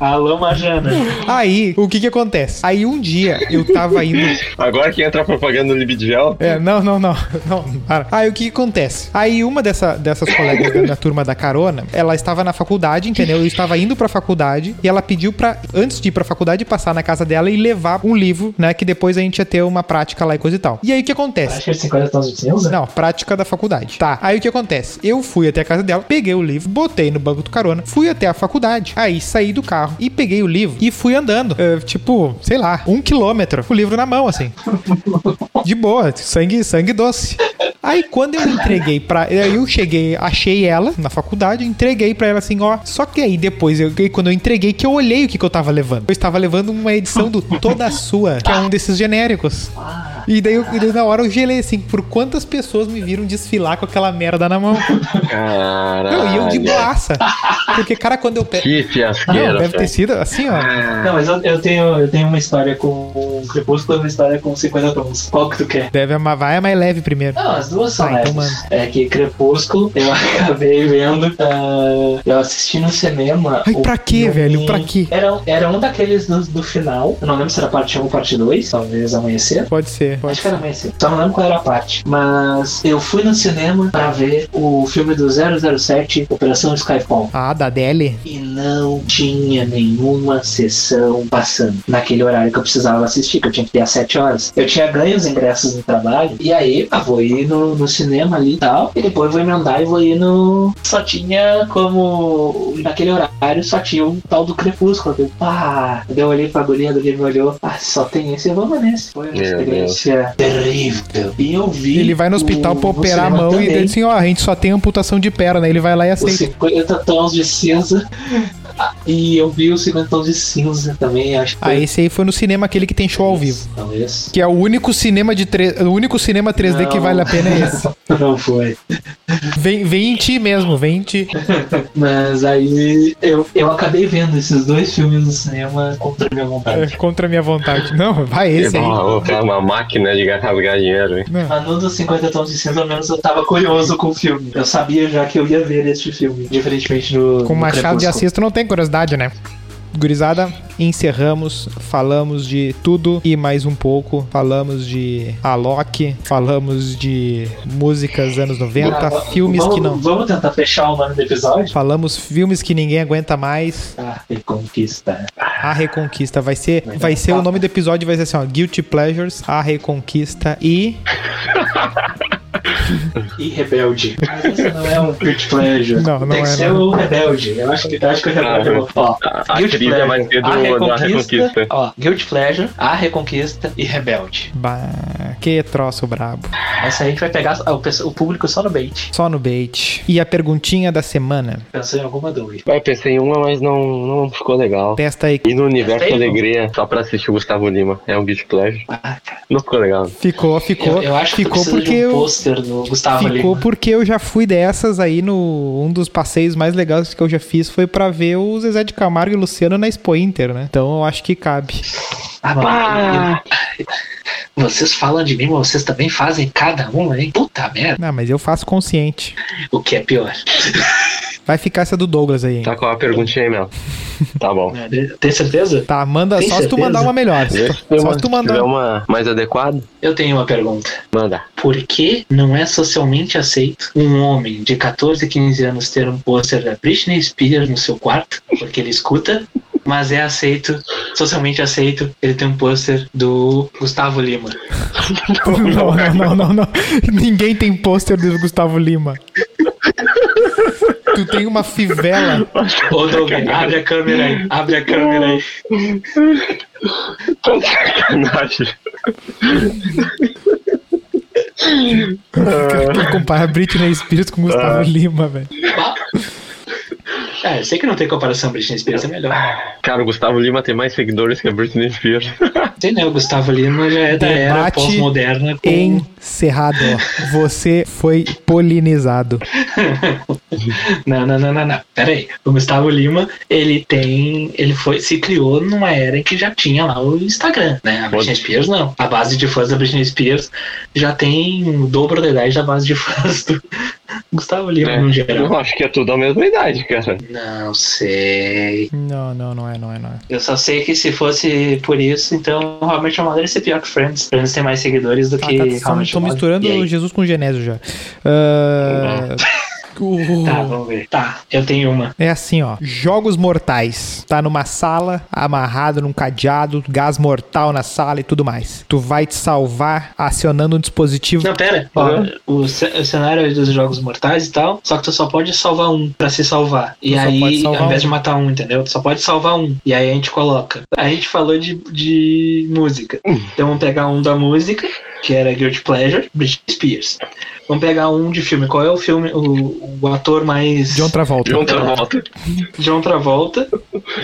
Alô, Marjana. Aí, o que que acontece? Aí um dia eu tava indo Agora que entra a propaganda do Libidiel. É, não, não, não, não, para. Aí o que que acontece? Aí uma dessa, dessas colegas da, da turma da carona, ela estava na faculdade, entendeu? Eu estava indo pra faculdade e ela pediu pra, antes de ir pra faculdade, passar na casa dela e levar um livro, né? Que depois a gente ia ter uma prática lá e coisa e tal. E aí o que acontece? Acho que é 50 tons de cinza. Não, prática da faculdade. Tá, aí o que acontece? Eu fui até a casa dela, peguei o livro, botei no banco do carona, fui até a faculdade, aí saí do carro e peguei o livro e fui andando. eh, tipo, sei lá, um quilômetro, com o livro na mão, assim. De boa, sangue, sangue doce. Aí quando eu entreguei pra. Aí eu cheguei, achei ela na faculdade, entreguei pra ela assim, ó. Só que aí depois, eu, quando eu entreguei, que eu olhei o que, que eu tava levando. Eu estava levando uma edição do Toda Sua, que é um desses genéricos. E daí, eu, e daí na hora eu gelei assim, por quantas pessoas me viram desfilar com aquela merda na mão. Caralho. Não, e eu de boaça. Porque, cara, quando eu pego. Que Não, fiasqueira. deve ter velho. sido assim, ó. Não, mas eu, eu tenho, eu tenho uma história com um Crepúsculo e uma história com 50 tons. Qual que tu quer? Deve amar, vai a mais leve primeiro. Não, as duas são Ah, então leves. É que Crepúsculo eu acabei vendo. ah, eu assisti no cinema. Ai, o pra quê, filme- velho? Pra quê? Era, um- era um daqueles do, do final. Eu não lembro se era parte 1 ou parte 2, talvez amanhecer. Pode ser. Acho Pode que ser. era amanhecer. Só não lembro qual era a parte. Mas eu fui no cinema pra ver o filme do 007, Operação Skyfall. Ah, da Deli. E não tinha nenhuma sessão passando naquele horário que eu precisava assistir, que eu tinha que ter às 7 horas. Eu tinha ganho os ingressos no trabalho, e aí, ah, vou ir no, no cinema ali e tal, e depois vou emendar e vou ir no. Só tinha como. Naquele horário só tinha um tal do Crepúsculo. Eu, pá, Daí eu olhei pra guria, a guria me olhou, ah, só tem esse, vamos nesse. Foi, Meu peguei Deus. infância terrível. E eu vi. Ele vai no hospital pra operar a mão e ele dentro. assim, ó, a gente só tem amputação de perna. Ele vai lá e Os aceita. 50 tons de cinza. Ah, E eu vi os 50 tons de cinza também, acho que. Ah, esse aí foi no cinema aquele que tem show ao vivo. Talvez. Que é o único cinema de tre... o único cinema 3D que Não. vale a pena é esse. Não foi. Vem, vem em ti mesmo, vem em ti. Mas aí eu, eu acabei vendo esses dois filmes no cinema contra a minha vontade. É, Contra a minha vontade. Não, vai esse aí. Uma, é uma máquina de rasgar dinheiro, hein? Não. Mas no dos 50 tons de cinza, ao menos eu tava curioso com o filme. Eu sabia já que eu ia ver este filme, diferentemente do. Com do Machado de Crepúsculo. Assis, tu não tem curiosidade, né? Gurizada, encerramos, falamos de tudo e mais um pouco. Falamos de Alok, falamos de músicas anos 90, Ah, filmes vamos, que não. Vamos tentar fechar o nome do episódio? Falamos filmes que ninguém aguenta mais. Ah, e conquista. A Reconquista vai ser, vai ser o nome do episódio vai ser assim, ó, Guilty Pleasures, A Reconquista e E rebelde. Mas esse não é um guilty pleasure. Não, não Tem que é, ser não. o rebelde. Eu acho que, acho que o rebelde Ah, eu vou falar. a- a trilha vai ser do- a da reconquista, Reconquista. Ó, guilty pleasure, a reconquista e rebelde. Bah, que troço brabo. Essa aí a gente vai pegar o, pessoal- o público só no bait. Só no bait. E a perguntinha da semana. Pensou em alguma dúvida. Eu pensei em uma, mas não, não ficou legal. Testa aí. E no Universo Tem, não? Alegria, só pra assistir o Gustavo Lima. É um Guilty Pleasure. Ah, cara. Não ficou legal. Ficou, ficou. eu, eu acho que ficou precisa porque de um eu pôster do Gustavo Ficou ali. porque eu já fui dessas aí no um dos passeios mais legais que eu já fiz foi pra ver o Zezé de Camargo e o Luciano na Expo Inter, né? Então eu acho que cabe. Ah, mano, eu- vocês falam de mim, mas vocês também fazem cada um, hein? Puta merda. Não, mas eu faço consciente. O que é pior? Vai ficar essa do Douglas aí. hein? Tá com uma perguntinha aí mesmo. Tá bom. Tem certeza? Tá, manda Tem só se tu certeza? mandar uma melhor. Vê Só, se tem só uma- se tu se tiver mandar. uma mais adequada, Eu tenho uma pergunta. manda. Por que não é socialmente aceito um homem de 14, 15 anos ter um pôster da Britney Spears no seu quarto? Porque ele escuta, mas é aceito, socialmente aceito, ele tem um pôster do Gustavo Lima. Não, não, não, não, não. Ninguém tem pôster do Gustavo Lima. tu tem uma fivela. Ô, Doug, abre a câmera aí, abre a câmera aí. Tá de sacanagem. Tu compara Britney Spears com Gustavo Lima, velho. Ah. É, eu sei que não tem comparação, Britney Spears é melhor. Cara, o Gustavo Lima tem mais seguidores que a Britney Spears. Sei né, o Gustavo Lima já é da era Debate pós-moderna com... Encerrado. Você foi polinizado. Não, não, não, não, não. Pera aí. O Gustavo Lima, ele tem. Ele foi, se criou numa era em que já tinha lá o Instagram, né? A Britney Spears não. A base de fãs da Britney Spears já tem o dobro da idade da base de fãs do Gustavo Lima, É. no geral. Eu acho que é tudo a mesma idade, cara. Não sei. Não, não, não é, não é, não é. Eu só sei que se fosse por isso, então realmente Your Mother ia ser pior que Friends. Friends tem mais seguidores Ah, do Tá, que How I Met Estão Your Mother. misturando E aí? o Jesus com o Genésio já. Ah, o- Tá, vamos ver. Tá, eu tenho uma. É assim, ó. Jogos mortais. Tá numa sala, amarrado num cadeado, gás mortal na sala e tudo mais. Tu vai te salvar acionando um dispositivo. Não, pera. Ó, o, ce- o cenário aí dos jogos mortais e tal, só que tu só pode salvar um pra se salvar. E Tu só pode aí, salvar ao invés um. de matar um, entendeu? Tu só pode salvar um. E aí a gente coloca. A gente falou de, de música. Então vamos pegar um da música, que era Guilty Pleasure, Britney Spears. Vamos pegar um de filme. Qual é o filme, o, o ator mais. John Travolta. John Travolta. John Travolta.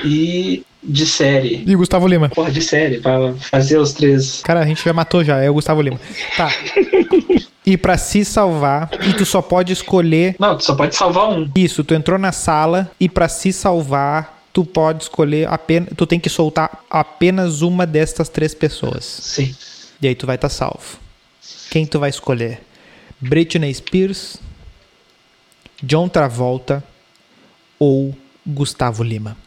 E de série. E Gustavo Lima. Porra, de série, pra fazer os três. Cara, a gente já matou já, é o Gustavo Lima. Tá. E pra se salvar, e tu só pode escolher Não, tu só pode salvar um. Isso, tu entrou na sala e pra se salvar, tu pode escolher apenas, tu tem que soltar apenas uma destas três pessoas. Sim. E aí tu vai estar salvo. Quem tu vai escolher? Britney Spears, John Travolta ou Gustavo Lima?